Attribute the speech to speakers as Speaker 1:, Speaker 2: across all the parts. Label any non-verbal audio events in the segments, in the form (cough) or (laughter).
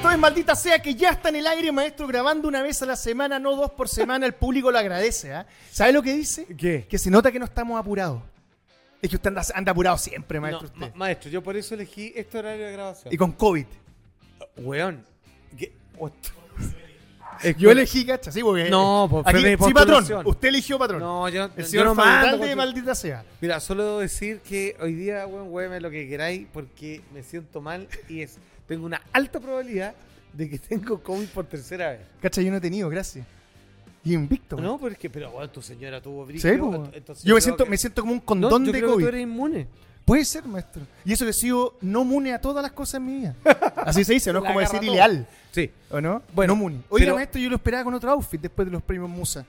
Speaker 1: jueves, maldita sea, que ya está en el aire, maestro, grabando una vez a la semana, no dos por semana. El público lo agradece, ¿ah? ¿Sabe lo que dice?
Speaker 2: ¿Qué?
Speaker 1: Que se nota que no estamos apurados. Es que usted anda, anda apurado siempre,
Speaker 2: No,
Speaker 1: maestro.
Speaker 2: ma-
Speaker 1: usted.
Speaker 2: maestro, yo por eso elegí este horario de grabación.
Speaker 1: y con COVID.
Speaker 2: Weón. ¿qué? What?
Speaker 1: Yo elegí, cacha, sí, porque.
Speaker 2: No, pues,
Speaker 1: Aquí-
Speaker 2: fue mi
Speaker 1: sí, patrón.
Speaker 2: postulación.
Speaker 1: Usted eligió patrón.
Speaker 2: No, yo,
Speaker 1: el
Speaker 2: yo
Speaker 1: señor
Speaker 2: no
Speaker 1: Faudal
Speaker 2: mando.
Speaker 1: de
Speaker 2: porque-
Speaker 1: maldita sea.
Speaker 2: Mira, solo debo decir que hoy día, weón, weón, lo que queráis porque me siento mal y es tengo una alta probabilidad de que tengo COVID por tercera vez.
Speaker 1: Cacha, yo no he tenido, gracias. Y invicto.
Speaker 2: No, porque, pero weón, tu señora tuvo
Speaker 1: Sí,
Speaker 2: brillo.
Speaker 1: po. yo me siento, me siento como un condón de COVID.
Speaker 2: tú eres inmune.
Speaker 1: Puede ser, maestro. Y eso que he sido no mune a todas las cosas en mi vida.
Speaker 2: (laughs)
Speaker 1: Así se dice, no es
Speaker 2: La
Speaker 1: como
Speaker 2: agarra
Speaker 1: decir
Speaker 2: todo.
Speaker 1: ileal.
Speaker 2: Sí.
Speaker 1: ¿O no?
Speaker 2: Bueno,
Speaker 1: no mune. Oiga,
Speaker 2: pero-
Speaker 1: maestro, yo lo esperaba con otro outfit después de los premios Musa.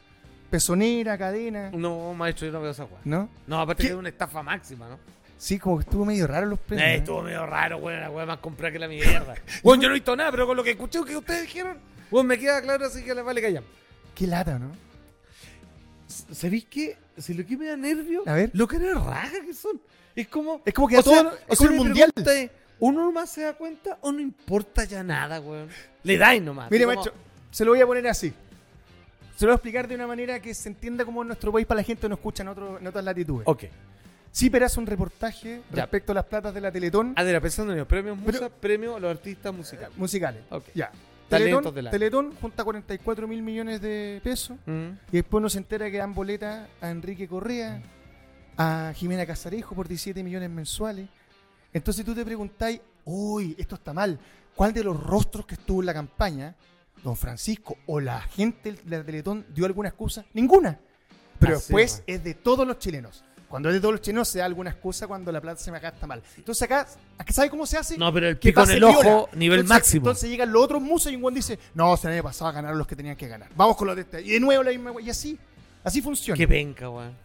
Speaker 1: Pezonera, cadena.
Speaker 2: No, maestro, yo no veo esa weón.
Speaker 1: ¿No?
Speaker 2: No, aparte
Speaker 1: ¿Qué?
Speaker 2: que es una estafa máxima, ¿no?
Speaker 1: Sí, como que estuvo medio raro los premios.
Speaker 2: Eh,
Speaker 1: ¿eh?
Speaker 2: estuvo medio raro, weón, la weá más comprada que la mierda. (laughs) Weón, yo no he visto nada, pero con lo que escuché que ustedes dijeron, weón, me queda claro, así que la vale callar.
Speaker 1: Qué lata, ¿no?
Speaker 2: ¿Sabéis qué? Si lo que me da nervio,
Speaker 1: A ver.
Speaker 2: lo que era raja que son. Es como.
Speaker 1: Es como que a todo- es como el
Speaker 2: mi
Speaker 1: mundial.
Speaker 2: pregunta es, ¿Uno nomás se da cuenta o no importa ya nada, weón? Le dais nomás.
Speaker 1: Mire,
Speaker 2: así como-
Speaker 1: maestro, se lo voy a poner así. Se lo voy a explicar de una manera que se entienda como en nuestro país para la gente que no escucha en, otro- en otras latitudes.
Speaker 2: Ok.
Speaker 1: Sí, pero hace un reportaje
Speaker 2: Ya.
Speaker 1: respecto a las platas de la Teletón
Speaker 2: Adela, pensando en los premios Musa,
Speaker 1: Pero-
Speaker 2: premio a los artistas musicales.
Speaker 1: musicales.
Speaker 2: Ok.
Speaker 1: Ya.
Speaker 2: Talentos
Speaker 1: Teletón,
Speaker 2: del año.
Speaker 1: Teletón junta 44 mil millones de pesos
Speaker 2: Mm.
Speaker 1: y después uno se entera que dan boletas a Enrique Correa, a Jimena Casarejo por 17 millones mensuales. Entonces tú te preguntáis, uy, esto está mal. ¿Cuál de los rostros que estuvo en la campaña, don Francisco o la gente de la Teletón dio alguna excusa? Ninguna. Pero
Speaker 2: Así
Speaker 1: después
Speaker 2: es.
Speaker 1: es de todos los chilenos. Cuando es de todos los chilenos se da alguna excusa cuando la plata se me gasta mal. Entonces acá, acá ¿sabe cómo se hace?
Speaker 2: No, pero el
Speaker 1: que
Speaker 2: pico en
Speaker 1: pase
Speaker 2: el ojo,
Speaker 1: piola.
Speaker 2: nivel
Speaker 1: Entonces-
Speaker 2: máximo.
Speaker 1: Entonces llegan los otros musos y un buen dice, no, se me pasado a ganar los que tenían que ganar. Vamos con los de este. Y de nuevo la misma wea. Y así, así funciona.
Speaker 2: Qué penca, weón.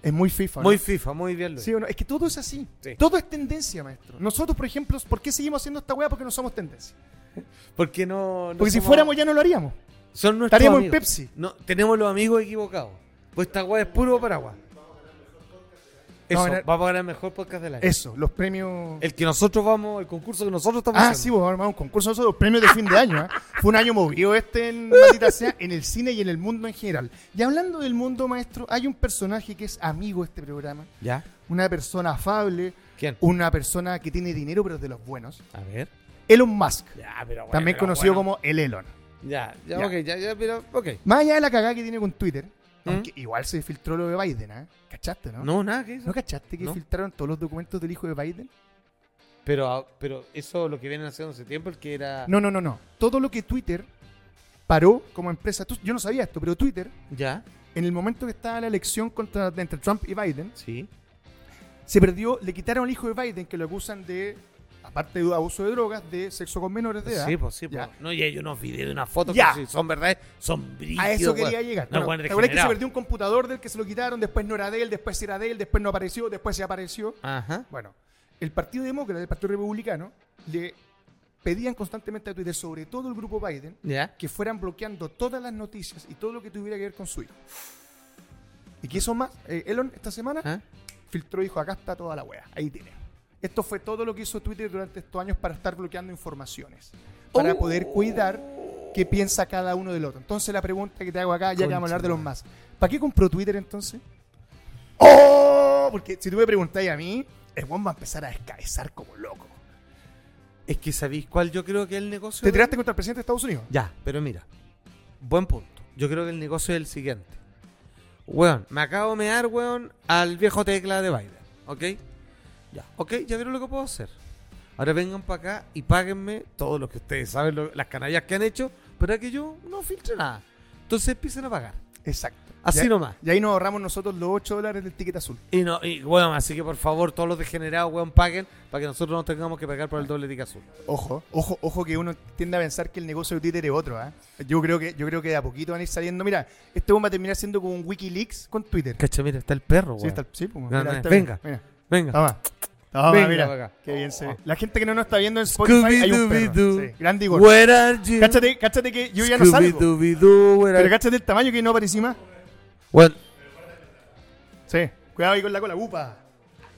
Speaker 1: Es muy FIFA. ¿no?
Speaker 2: Muy FIFA, muy bien, Luis.
Speaker 1: Sí, ¿o no? Es que todo es así.
Speaker 2: Sí.
Speaker 1: Todo es tendencia, maestro. Nosotros, por ejemplo, ¿por qué seguimos haciendo esta wea? Porque no somos tendencia.
Speaker 2: Porque no. no
Speaker 1: Porque si
Speaker 2: somos-
Speaker 1: fuéramos ya no lo haríamos.
Speaker 2: Son nuestros
Speaker 1: Estaríamos en
Speaker 2: amigos.
Speaker 1: Pepsi.
Speaker 2: No, tenemos los amigos equivocados. Pues esta weá es puro paraguas. Eso,
Speaker 1: Vamos a ganar-
Speaker 2: vamos a ganar el mejor podcast del año.
Speaker 1: Eso, los premios...
Speaker 2: El que nosotros vamos, el concurso que nosotros estamos
Speaker 1: Ah, sí,
Speaker 2: haciendo.
Speaker 1: vos armamos un concurso nosotros, premios de fin de año. ¿ah? Fue un año movido este
Speaker 2: (laughs)
Speaker 1: en maldita sea, en el cine y en el mundo en general. Y hablando del mundo, maestro, hay un personaje que es amigo de este programa,
Speaker 2: ¿Ya?
Speaker 1: una persona afable,
Speaker 2: ¿Quién?
Speaker 1: una persona que tiene dinero pero es de los buenos.
Speaker 2: A ver.
Speaker 1: Elon Musk,
Speaker 2: Ya, pero bueno,
Speaker 1: también
Speaker 2: pero
Speaker 1: conocido
Speaker 2: bueno.
Speaker 1: como el Elon.
Speaker 2: Ya, ya,
Speaker 1: Ya.
Speaker 2: ok, ya, ya, pero, ok.
Speaker 1: Más allá de la cagada que tiene con Twitter,
Speaker 2: ¿Mm?
Speaker 1: aunque igual se filtró lo de Biden, ¿ah? ¿Cachaste, no?
Speaker 2: No, nada, que eso.
Speaker 1: ¿No cachaste que
Speaker 2: No.
Speaker 1: filtraron todos los documentos del hijo de Biden?
Speaker 2: Pero, ah, pero eso lo que vienen haciendo hace tiempo, el que era.
Speaker 1: No, no, no, no. Todo lo que Twitter paró como empresa. Tú- yo no sabía esto, pero Twitter
Speaker 2: Ya,
Speaker 1: en el momento que estaba la elección contra, entre Trump y Biden,
Speaker 2: sí.
Speaker 1: se perdió, le quitaron al hijo de Biden, que lo acusan de, aparte de abuso de drogas, de sexo con menores de edad.
Speaker 2: Sí, pues sí, pues.
Speaker 1: Ya.
Speaker 2: No, y hay unos videos de unas fotos
Speaker 1: Ya.
Speaker 2: que si son verdades, son brillos.
Speaker 1: A eso quería llegar.
Speaker 2: No,
Speaker 1: Bueno,
Speaker 2: weón,
Speaker 1: ¿te acuerdas que se
Speaker 2: degenerado.
Speaker 1: perdió un computador del que se lo quitaron, después no era de él, después sí era de él, después no apareció, después se apareció?
Speaker 2: Ajá.
Speaker 1: Bueno, el Partido Demócrata, el Partido Republicano, le pedían constantemente a Twitter, sobre todo el grupo Biden,
Speaker 2: Ya.
Speaker 1: que fueran bloqueando todas las noticias y todo lo que tuviera que ver con su hijo. Y que eso más, eh, Elon esta semana
Speaker 2: ¿Ah?
Speaker 1: filtró y dijo, acá está toda la wea, ahí tiene. Esto fue todo lo que hizo Twitter durante estos años para estar bloqueando informaciones, para
Speaker 2: Oh.
Speaker 1: poder cuidar qué piensa cada uno del otro. Entonces la pregunta que te hago acá, ya que vamos a hablar de los más, ¿para qué compró Twitter entonces? ¡Oh! Porque si tú me preguntáis a mí, el buen va a empezar a descabezar como loco.
Speaker 2: Es que sabéis cuál yo creo que es el negocio.
Speaker 1: ¿Te
Speaker 2: de-
Speaker 1: tiraste contra el presidente de Estados Unidos?
Speaker 2: Ya, pero mira, buen punto. Yo creo que el negocio es el siguiente. Weón, me acabo de mear, weón, al viejo tecla de Biden, ¿ok? Ya, ok, ya vieron lo que puedo hacer. Ahora vengan para acá y páguenme todos los que ustedes saben, lo- las canallas que han hecho, para que yo no filtre nada. Entonces empiecen a pagar.
Speaker 1: Exacto.
Speaker 2: Así
Speaker 1: Ya-
Speaker 2: nomás.
Speaker 1: Y ahí nos ahorramos nosotros los 8 dólares del ticket azul.
Speaker 2: Y, no, y weón, así que por favor, todos los degenerados, weón, paguen para que nosotros no tengamos que pagar por el doble tica azul.
Speaker 1: Ojo, ojo, ojo que uno tiende a pensar que el negocio de Twitter es otro, ¿ah? Yo creo que, yo creo que de a poquito van a ir saliendo. Mira, este bomba va a terminar siendo como un Wikileaks con Twitter.
Speaker 2: Cacha, mira, está el perro, weón.
Speaker 1: Sí, está- sí, pues,
Speaker 2: No,
Speaker 1: mira,
Speaker 2: no,
Speaker 1: está
Speaker 2: venga.
Speaker 1: bien, mira.
Speaker 2: Venga.
Speaker 1: Toma. Toma,
Speaker 2: Venga
Speaker 1: mira.
Speaker 2: para acá.
Speaker 1: Qué bien se ve. La gente que no nos está viendo en Spotify hay un perro.
Speaker 2: Scooby-Dooby-Doo.
Speaker 1: Sí, grande y gordo.
Speaker 2: Where are you?
Speaker 1: Cáchate, cáchate que yo ya no salgo.
Speaker 2: Scooby-Dooby-Doo, where are
Speaker 1: Pero cáchate el tamaño que no aparecí más.
Speaker 2: Bueno,
Speaker 1: Sí. Cuidado ahí con la cola. Upa.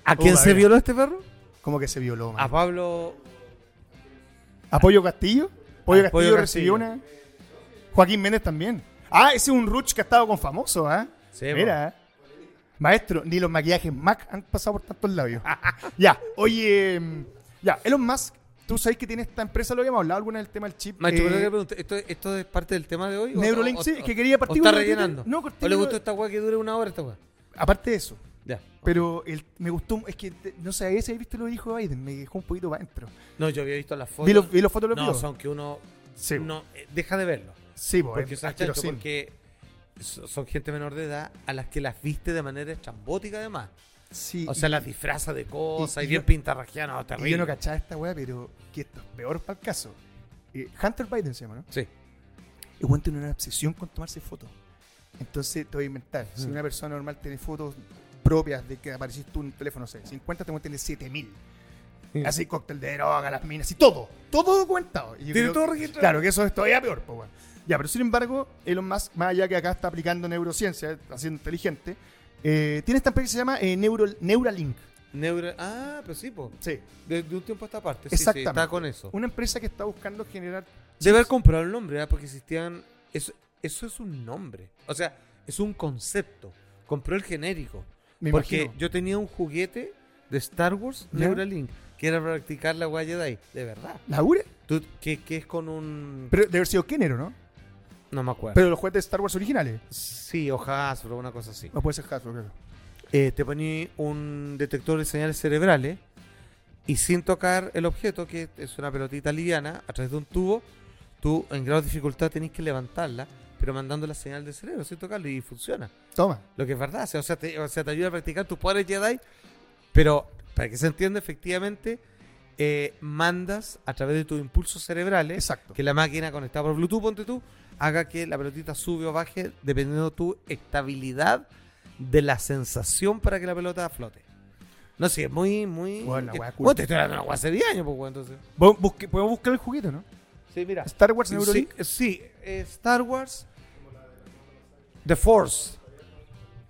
Speaker 2: ¿A quién
Speaker 1: Upa,
Speaker 2: se
Speaker 1: mira.
Speaker 2: violó este perro?
Speaker 1: Como que se violó, man.
Speaker 2: A Pablo.
Speaker 1: ¿Apoyo Castillo? Pollo
Speaker 2: Al
Speaker 1: Castillo,
Speaker 2: Pollo
Speaker 1: recibió
Speaker 2: Castillo.
Speaker 1: una. Joaquín Méndez también. Ah, ese es un Ruch que ha estado con famoso, ¿ah?
Speaker 2: Sí,
Speaker 1: Mira. ¿eh? Maestro, ni los maquillajes Mac han pasado por tantos labios. (laughs) ya, oye. mm, Ya, Elon Musk, tú sabes que tiene esta empresa, lo habíamos hablado alguna vez del tema del chip.
Speaker 2: Macho,
Speaker 1: eh,
Speaker 2: pero te pregunto, ¿esto, ¿esto es parte del tema de hoy? ¿O-
Speaker 1: Neuralink,
Speaker 2: o-
Speaker 1: sí,
Speaker 2: o-
Speaker 1: que quería
Speaker 2: ¿O
Speaker 1: partir
Speaker 2: está
Speaker 1: con una-
Speaker 2: rellenando?
Speaker 1: No, corté
Speaker 2: ¿O le
Speaker 1: una-
Speaker 2: gustó esta weá que dure una hora esta weá?
Speaker 1: Aparte de eso,
Speaker 2: Ya.
Speaker 1: pero el, me gustó, es que te- no sé, ese viste lo dijo Biden, me dejó un poquito para adentro.
Speaker 2: No, yo había visto las fotos.
Speaker 1: Vi los vi los fotos de los
Speaker 2: no,
Speaker 1: videos.
Speaker 2: son que uno
Speaker 1: Sí,
Speaker 2: no, eh, deja de verlo.
Speaker 1: sí, po,
Speaker 2: Porque,
Speaker 1: es
Speaker 2: son chanchos,
Speaker 1: asquerosín.
Speaker 2: porque so- son gente menor de edad a las que las viste de manera estrambótica además.
Speaker 1: Sí,
Speaker 2: O sea, las disfraza de cosas
Speaker 1: y
Speaker 2: y,
Speaker 1: yo-
Speaker 2: bien pintarrajeadas, no,
Speaker 1: Y
Speaker 2: terrible.
Speaker 1: yo no cachaba esta weá, pero que esto es peor para el caso. Eh, Hunter Biden se llama, ¿no?
Speaker 2: sí.
Speaker 1: El weón tiene una obsesión con tomarse fotos. Entonces te voy a inventar. Si
Speaker 2: Mm.
Speaker 1: una persona normal tiene fotos propias de que apareciste tú en un teléfono, no sé, este 50, te voy a tener 7000. Así, cóctel de droga, las minas, y todo. Todo documentado. Y yo
Speaker 2: Tiene
Speaker 1: creo-
Speaker 2: todo registrado.
Speaker 1: Claro, que eso es todavía peor, po, weón. Ya, pero sin embargo, Elon Musk, más allá que acá está aplicando neurociencia, eh, haciendo inteligente, eh, tiene esta empresa que se llama eh, Neuro- Neuralink.
Speaker 2: Neuro- ah, pero sí, po.
Speaker 1: Sí.
Speaker 2: De, de un tiempo a esta parte. Sí, sí,
Speaker 1: Exactamente.
Speaker 2: está con eso.
Speaker 1: Una empresa que está buscando generar
Speaker 2: Debe haber comprado el nombre, ¿verdad? Porque existían. Eso, eso es un nombre. O sea, es un concepto. Compró el genérico.
Speaker 1: Me
Speaker 2: porque
Speaker 1: imagino.
Speaker 2: yo tenía un juguete de Star Wars
Speaker 1: ¿Ya?
Speaker 2: Neuralink, que era practicar la guaya de ahí. De verdad.
Speaker 1: ¿La URE?
Speaker 2: Tú- que, que es con un.
Speaker 1: Pero debe haber sido Kenner, ¿o ¿no?
Speaker 2: no me acuerdo.
Speaker 1: Pero los juguetes de Star Wars originales.
Speaker 2: sí, o Hasbro, una cosa así.
Speaker 1: No puede ser Hasbro, claro.
Speaker 2: Eh, te poní un detector de señales cerebrales y sin tocar el objeto, que es una pelotita liviana, a través de un tubo, tú en grado de dificultad tenés que levantarla, pero mandando la señal del cerebro sin tocarlo y funciona.
Speaker 1: Toma.
Speaker 2: Lo que es verdad, o sea, te, o sea, te ayuda a practicar tus poderes Jedi, pero para que se entienda efectivamente, eh, mandas a través de tus impulsos cerebrales
Speaker 1: Exacto.
Speaker 2: que la máquina conectada por Bluetooth, ponte tú, haga que la pelotita sube o baje dependiendo de tu estabilidad de la sensación para que la pelota flote. No sé, es muy, muy.
Speaker 1: Bueno, la
Speaker 2: eh,
Speaker 1: wea cool.
Speaker 2: bueno, te estoy hablando de una wea hace 10 años, pues, wea, entonces.
Speaker 1: Vos busque- Podemos buscar el juguete, ¿no?
Speaker 2: Sí, mira.
Speaker 1: Ah, Star Wars
Speaker 2: Sí,
Speaker 1: Neuralink.
Speaker 2: sí, eh, Star Wars. The Force.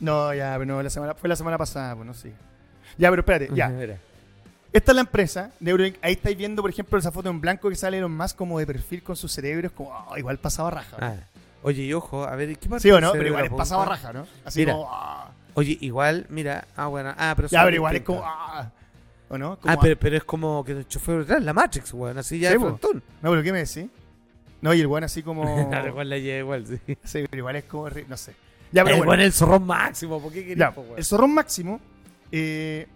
Speaker 1: No, ya, pero no, la semana, fue la semana pasada, pues no sé. Ya, pero espérate, Eh, ya.
Speaker 2: Mira.
Speaker 1: Esta es la empresa, Neuralink. Ahí estáis viendo, por ejemplo, esa foto en blanco que sale más como de perfil con sus cerebros, como ah, igual pasaba raja. ¿no?
Speaker 2: Ah, oye, y ojo, a ver, ¿qué parte
Speaker 1: sí o
Speaker 2: del
Speaker 1: no, pero
Speaker 2: cerebro
Speaker 1: igual es
Speaker 2: apunta?
Speaker 1: pasaba raja, ¿no? Así
Speaker 2: Mira.
Speaker 1: como. ah.
Speaker 2: Oye, igual, mira. Ah, bueno. Ah, pero.
Speaker 1: ya,
Speaker 2: son
Speaker 1: pero igual es
Speaker 2: distintas.
Speaker 1: como. ah, ¿O no? Como,
Speaker 2: Ah, pero, pero es como que el chofer detrás, la Matrix, weón. Así ya
Speaker 1: Sí,
Speaker 2: de
Speaker 1: po.
Speaker 2: frontón.
Speaker 1: ah.
Speaker 2: Oh.
Speaker 1: No, pero ¿qué me decís? No, y el weón así
Speaker 2: (laughs)
Speaker 1: como.
Speaker 2: Claro, igual la lleva igual, sí.
Speaker 1: sí, pero igual es como. re- No sé. Ya, pero
Speaker 2: el
Speaker 1: bueno.
Speaker 2: weón es el zorrón máximo, ¿por qué querías,
Speaker 1: Ya,
Speaker 2: po, weón?
Speaker 1: el zorrón máximo eh,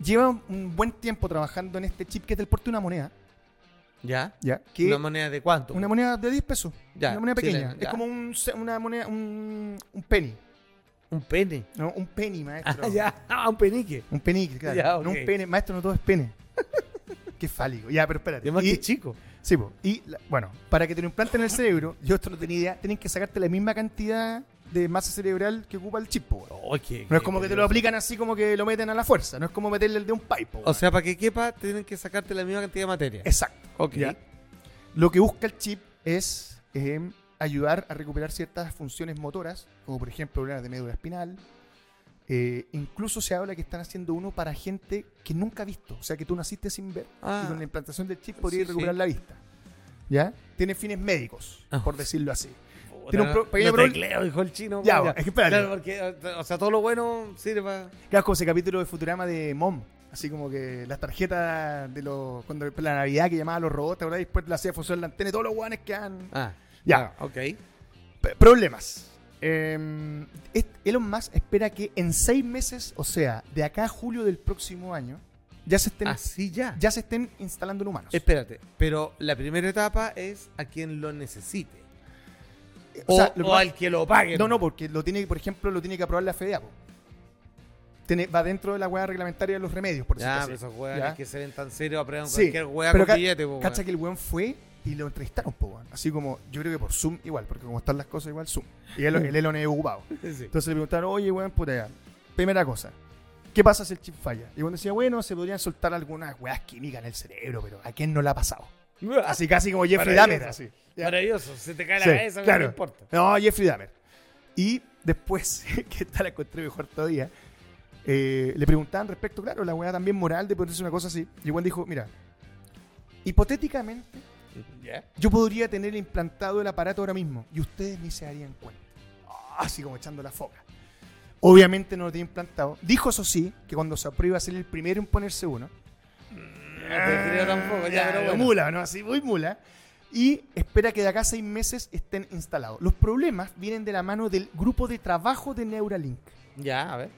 Speaker 1: lleva un buen tiempo trabajando en este chip que es del porte de una moneda.
Speaker 2: ¿Ya?
Speaker 1: ¿ya? Que
Speaker 2: ¿Una moneda de cuánto?
Speaker 1: una moneda de 10 pesos.
Speaker 2: Ya,
Speaker 1: una moneda pequeña.
Speaker 2: chilena,
Speaker 1: es
Speaker 2: ya.
Speaker 1: como un, ce- una moneda, un, un penny.
Speaker 2: Un pene.
Speaker 1: No, un penny, maestro.
Speaker 2: Ah, ya,
Speaker 1: (laughs)
Speaker 2: ah, un penique.
Speaker 1: Un penny, claro.
Speaker 2: Ya,
Speaker 1: No
Speaker 2: ok.
Speaker 1: un pene. Maestro, no todo es
Speaker 2: (laughs)
Speaker 1: pene. Qué fálico. Ya, pero espérate.
Speaker 2: Es más
Speaker 1: Y-
Speaker 2: que chico.
Speaker 1: Sí, po. Y la- bueno, para que te lo implanten en el cerebro, yo esto no tenía idea, tienen que sacarte la misma cantidad de masa cerebral que ocupa el chip, po, weón.
Speaker 2: Oh, qué-
Speaker 1: No es
Speaker 2: qué
Speaker 1: como que te
Speaker 2: peligroso.
Speaker 1: lo aplican así como que lo meten a la fuerza, no es como meterle el de un pipe.
Speaker 2: O sea, para que quepa, tienen que sacarte la misma cantidad de materia.
Speaker 1: exacto.
Speaker 2: ok.
Speaker 1: ya. Lo que busca el chip es eh, ayudar a recuperar ciertas funciones motoras, como por ejemplo problemas de médula espinal. Eh, incluso se habla que están haciendo uno para gente que nunca ha visto, o sea que tú naciste sin ver
Speaker 2: Ah.
Speaker 1: y con la implantación del chip podrías
Speaker 2: Sí,
Speaker 1: recuperar
Speaker 2: sí.
Speaker 1: la vista. ¿Ya? Tiene fines médicos,
Speaker 2: Ah.
Speaker 1: por decirlo así.
Speaker 2: Puta,
Speaker 1: tiene un pro-
Speaker 2: no
Speaker 1: pequeño
Speaker 2: te
Speaker 1: problema.
Speaker 2: creo, dijo el chino.
Speaker 1: Ya,
Speaker 2: weón,
Speaker 1: es que espérate.
Speaker 2: Claro, porque, o sea, todo lo bueno sirve para...
Speaker 1: Claro, como ese capítulo de Futurama de Mom. Así como que las tarjetas de los. Cuando la Navidad que llamaban a los robots, ahora después la hacía funcionar la antena y todos los guanes quedan.
Speaker 2: Ah,
Speaker 1: Ya.
Speaker 2: ah, ok.
Speaker 1: P- Problemas. Eh, est- Elon Musk espera que en seis meses, o sea, de acá a julio del próximo año, ya se estén,
Speaker 2: Así Este, ya.
Speaker 1: ya se estén instalando en humanos.
Speaker 2: Espérate, pero la primera etapa es a quien lo necesite. O,
Speaker 1: O sea, lo que
Speaker 2: o
Speaker 1: pasa-
Speaker 2: al que lo pague.
Speaker 1: No, no, porque lo tiene, por ejemplo, lo tiene que aprobar la FDA. po. Tiene- va dentro de la hueá reglamentaria de los remedios, por
Speaker 2: Ya,
Speaker 1: decirlo
Speaker 2: pero
Speaker 1: así.
Speaker 2: esos weones
Speaker 1: Ya.
Speaker 2: que se ven tan serios aprueban
Speaker 1: Sí,
Speaker 2: cualquier wea
Speaker 1: pero
Speaker 2: con
Speaker 1: ca-
Speaker 2: billete, po, weón.
Speaker 1: Cacha que el weón fue y lo entrevistaron, po, weón. Así como, yo creo que por Zoom igual, porque como están las cosas igual, Zoom. Y el, el Elon es ocupado.
Speaker 2: (laughs) Sí.
Speaker 1: Entonces le preguntaron, oye, weón, puta, ya, primera cosa, ¿qué pasa si el chip falla? Y el weón decía, bueno, se podrían soltar algunas weas químicas en el cerebro, pero ¿a quién no le ha pasado? Así casi como Jeffrey
Speaker 2: Maravilloso.
Speaker 1: Dahmer, así. Ya.
Speaker 2: Maravilloso, se te cae la
Speaker 1: Sí,
Speaker 2: cabeza,
Speaker 1: claro.
Speaker 2: no importa.
Speaker 1: No, Jeffrey Dahmer. Y después, (laughs) que está la encontré mejor todavía, eh, le preguntaban respecto, claro, la weá también moral de ponerse una cosa así. Y Juan dijo, mira, hipotéticamente,
Speaker 2: ¿Ya?
Speaker 1: Yo podría tener implantado el aparato ahora mismo y ustedes ni se darían cuenta. Ah, Así como echando la foca. Obviamente no lo tiene implantado. Dijo eso sí, que cuando se aprueba ser el primero en ponerse uno.
Speaker 2: Ah, te creo tampoco, ya, pero bueno.
Speaker 1: Mula, ¿no? Así, muy mula. Y espera que de acá a seis meses estén instalados. Los problemas vienen de la mano del grupo de trabajo de Neuralink.
Speaker 2: Ya, a ver.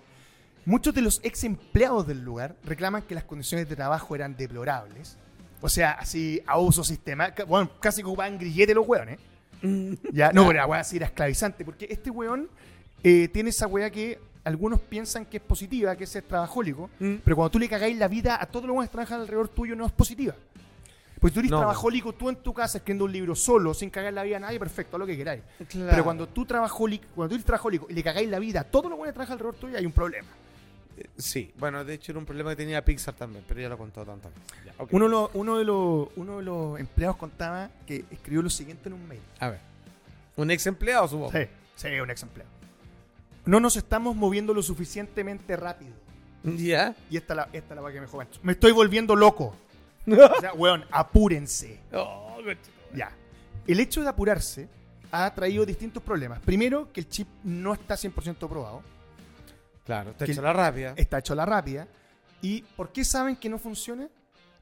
Speaker 1: Muchos de los ex empleados del lugar reclaman que las condiciones de trabajo eran deplorables. O sea, así, abuso sistema. ca- Bueno, casi que ocupaban grillete los hueones. Ya, no, pero la weá sí era esclavizante. Porque este weón eh, tiene esa weá que algunos piensan que es positiva, que es ser trabajólico.
Speaker 2: Mm.
Speaker 1: Pero cuando tú le cagáis la vida a todos los weones que trabajan alrededor tuyo, no es positiva. Porque tú eres
Speaker 2: No.
Speaker 1: trabajólico tú en tu casa escribiendo un libro solo, sin cagar la vida a nadie, perfecto, haz lo que queráis. Pero cuando tú, trabajólico, cuando tú eres trabajólico y le cagáis la vida a todos los weones que trabajan alrededor tuyo, hay un problema.
Speaker 2: eh, Sí, bueno, de hecho era un problema que tenía Pixar también, pero ya lo he contado tantas veces. Ya, ok.
Speaker 1: Uno, de los- uno de los, uno de los empleados contaba que escribió lo siguiente en un mail.
Speaker 2: A ver. Un ex empleado, supongo.
Speaker 1: Sí, sí, un ex empleado. No nos estamos moviendo lo suficientemente rápido.
Speaker 2: (laughs) Ya.
Speaker 1: Y esta la, esta la va que me juega. Me estoy volviendo loco. O sea, weón, apúrense.
Speaker 2: Oh, conchetumare.
Speaker 1: Ya. El hecho de apurarse ha traído distintos problemas. Primero, que el chip no está 100% probado.
Speaker 2: claro, te
Speaker 1: Que-
Speaker 2: echo la rápida.
Speaker 1: Está hecho a la rápida. ¿Y por qué saben que no funciona?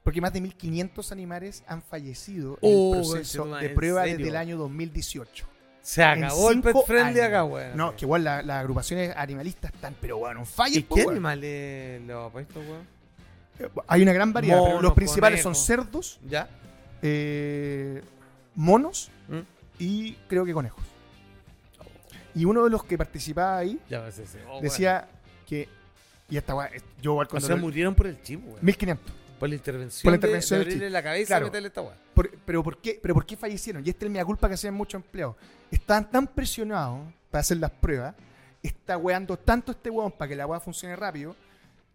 Speaker 1: Porque más de 1.500 animales han fallecido
Speaker 2: Oh,
Speaker 1: en el proceso
Speaker 2: conchetumare,
Speaker 1: de
Speaker 2: ¿en
Speaker 1: prueba
Speaker 2: serio?
Speaker 1: desde el año 2018.
Speaker 2: Se acabó el
Speaker 1: en
Speaker 2: pet
Speaker 1: cinco
Speaker 2: friendly
Speaker 1: años.
Speaker 2: acá, weón.
Speaker 1: No, que igual la- las agrupaciones animalistas están, pero bueno,
Speaker 2: ¿Y
Speaker 1: fallen. po,
Speaker 2: qué
Speaker 1: weón.
Speaker 2: animales lo ha puesto, weón?
Speaker 1: Hay una gran variedad, pero
Speaker 2: Monos,
Speaker 1: los principales son
Speaker 2: conejos.
Speaker 1: cerdos,
Speaker 2: ¿Ya?
Speaker 1: eh, monos
Speaker 2: ¿Mm?
Speaker 1: y creo que conejos. Y uno de los que participaba ahí
Speaker 2: Ya va a ser ese. Oh,
Speaker 1: decía que. Y esta weá, es- yo igual
Speaker 2: weón. O
Speaker 1: cuando.
Speaker 2: sea,
Speaker 1: lo-
Speaker 2: murieron por el chip, weón.
Speaker 1: 1500.
Speaker 2: Por la intervención.
Speaker 1: Por la
Speaker 2: de-
Speaker 1: intervención
Speaker 2: de,
Speaker 1: del
Speaker 2: abrirle
Speaker 1: chip.
Speaker 2: la cabeza
Speaker 1: Claro.
Speaker 2: y meterle esta weón.
Speaker 1: Por- pero, ¿por qué, pero ¿por qué fallecieron? Y esta es la culpa que hacían muchos empleados. Estaban tan presionados para hacer las pruebas, está weando tanto este weón para que la weá funcione rápido,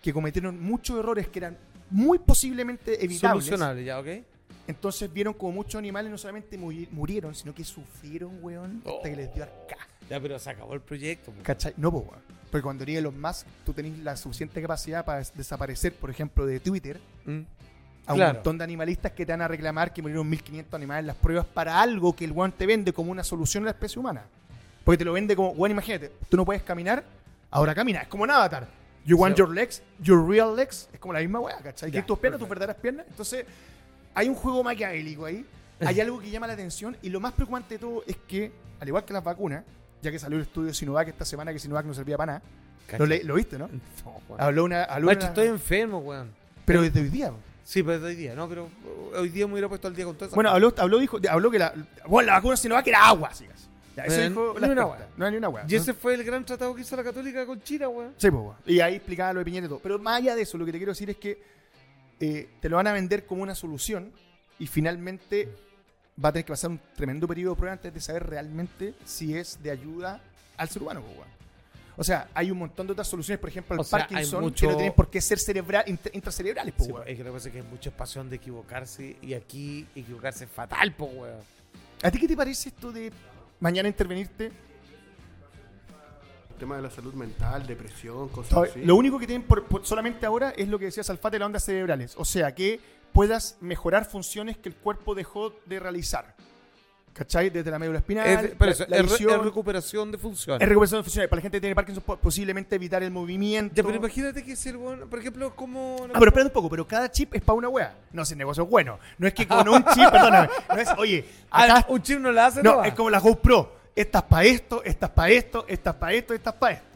Speaker 1: que cometieron muchos errores que eran muy posiblemente evitables.
Speaker 2: Solucionable, ya, ok.
Speaker 1: Entonces vieron como muchos animales no solamente muri- murieron, sino que sufrieron, weón, hasta que les dio arca.
Speaker 2: Ya, pero se acabó el proyecto, weón.
Speaker 1: ¿Cachai? No, po, weón. Porque cuando llegue los más, tú tenés la suficiente capacidad para des- desaparecer, por ejemplo, de Twitter,
Speaker 2: Mm.
Speaker 1: a un
Speaker 2: Claro.
Speaker 1: montón de animalistas que te van a reclamar que murieron 1500 animales en las pruebas para algo que el weón te vende como una solución a la especie humana. Porque te lo vende como, weón, imagínate, tú no puedes caminar, ahora camina, es como un avatar. You want
Speaker 2: Sí.
Speaker 1: your legs, your real legs, es como la misma weá, ¿cachai?
Speaker 2: Ya,
Speaker 1: Que tus piernas, tus
Speaker 2: perfecto.
Speaker 1: verdaderas piernas. Entonces, hay un juego maquiavélico ahí, hay algo que llama la atención y lo más preocupante de todo es que, al igual que las vacunas, ya que salió el estudio de Sinovac esta semana, que Sinovac no servía para nada, lo, le- lo viste, ¿no?
Speaker 2: No, weón.
Speaker 1: Habló una... habló
Speaker 2: Macho,
Speaker 1: una-
Speaker 2: estoy enfermo, weón.
Speaker 1: pero desde hoy día, weón.
Speaker 2: Sí, pero hoy día, ¿no? Pero uh, hoy día me hubiera puesto al día con todo eso.
Speaker 1: Bueno, habló, habló, dijo, habló que la, bueno, la vacuna Sinovac era agua, así casi. Ya, eso
Speaker 2: Eh,
Speaker 1: dijo
Speaker 2: ni
Speaker 1: la
Speaker 2: una
Speaker 1: experta.
Speaker 2: hueá.
Speaker 1: No hay ni una hueá.
Speaker 2: Y ese fue el gran tratado que hizo la Católica con China, weón.
Speaker 1: Sí, pues, hueá. Y ahí explicaba lo de Piñera y todo. Pero más allá de eso, lo que te quiero decir es que eh, te lo van a vender como una solución y finalmente va a tener que pasar un tremendo periodo de prueba antes de saber realmente si es de ayuda al ser humano, pues, hueá. O sea, hay un montón de otras soluciones, por ejemplo, el
Speaker 2: O sea, hay
Speaker 1: Parkinson,
Speaker 2: mucho-
Speaker 1: que no tienen por qué ser cerebral, intra- intracerebrales, pues,
Speaker 2: Sí,
Speaker 1: hueá.
Speaker 2: es que lo que pasa es que hay mucha pasión de equivocarse y aquí equivocarse es fatal, po, weón.
Speaker 1: ¿A ti qué te parece esto de mañana intervenirte
Speaker 3: Tema de la salud mental, depresión, cosas
Speaker 1: Todavía-
Speaker 3: así.
Speaker 1: Lo único que tienen por- por- solamente ahora es lo que decía Salfate, las ondas cerebrales. O sea, que puedas mejorar funciones que el cuerpo dejó de realizar. ¿Cachai? Desde la médula espinal,
Speaker 2: Es, pero
Speaker 1: la-
Speaker 2: eso,
Speaker 1: la
Speaker 2: es, re-
Speaker 1: visión,
Speaker 2: es recuperación de funciones.
Speaker 1: es recuperación de funciones. Para la gente que tiene Parkinson, po- posiblemente evitar el movimiento.
Speaker 2: Ya, pero imagínate que ser, weón, por ejemplo, como...
Speaker 1: Ah, pero espérate un poco, pero cada chip es para una wea. No, ese negocio es bueno. No es que con un chip, perdóname. No es, oye,
Speaker 2: Ah,
Speaker 1: acá.
Speaker 2: un chip no la hace,
Speaker 1: No,
Speaker 2: no,
Speaker 1: es como la GoPro. Estas para esto, estas para esto, estas para esto, estas para esto.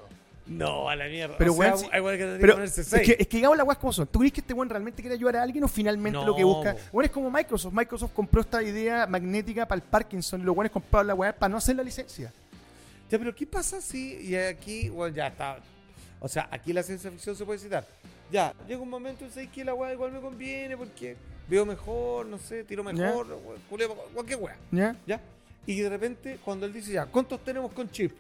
Speaker 2: No, a la mierda.
Speaker 1: Pero,
Speaker 2: o sea,
Speaker 1: weón, sí-
Speaker 2: igual que tendría que
Speaker 1: Pero
Speaker 2: ponerse
Speaker 1: es
Speaker 2: seis.
Speaker 1: que, es que digamos las weas como son. ¿Tú crees que este buen realmente quiere ayudar a alguien o finalmente lo que
Speaker 2: No,
Speaker 1: busca?
Speaker 2: po.
Speaker 1: Bueno, es como Microsoft. Microsoft compró esta idea magnética para el Parkinson y los buenos compraron la wea para no hacer la licencia.
Speaker 2: Ya, pero ¿qué pasa si y aquí, bueno, ya está? O sea, aquí la ciencia ficción se puede citar. Ya, llega un momento en que la weá igual me conviene porque veo mejor, no sé, tiro mejor, weón, culeo, cualquier weá.
Speaker 1: ¿Ya?
Speaker 2: ¿Ya? Y de repente, cuando él dice, ya, ¿cuántos tenemos con chip?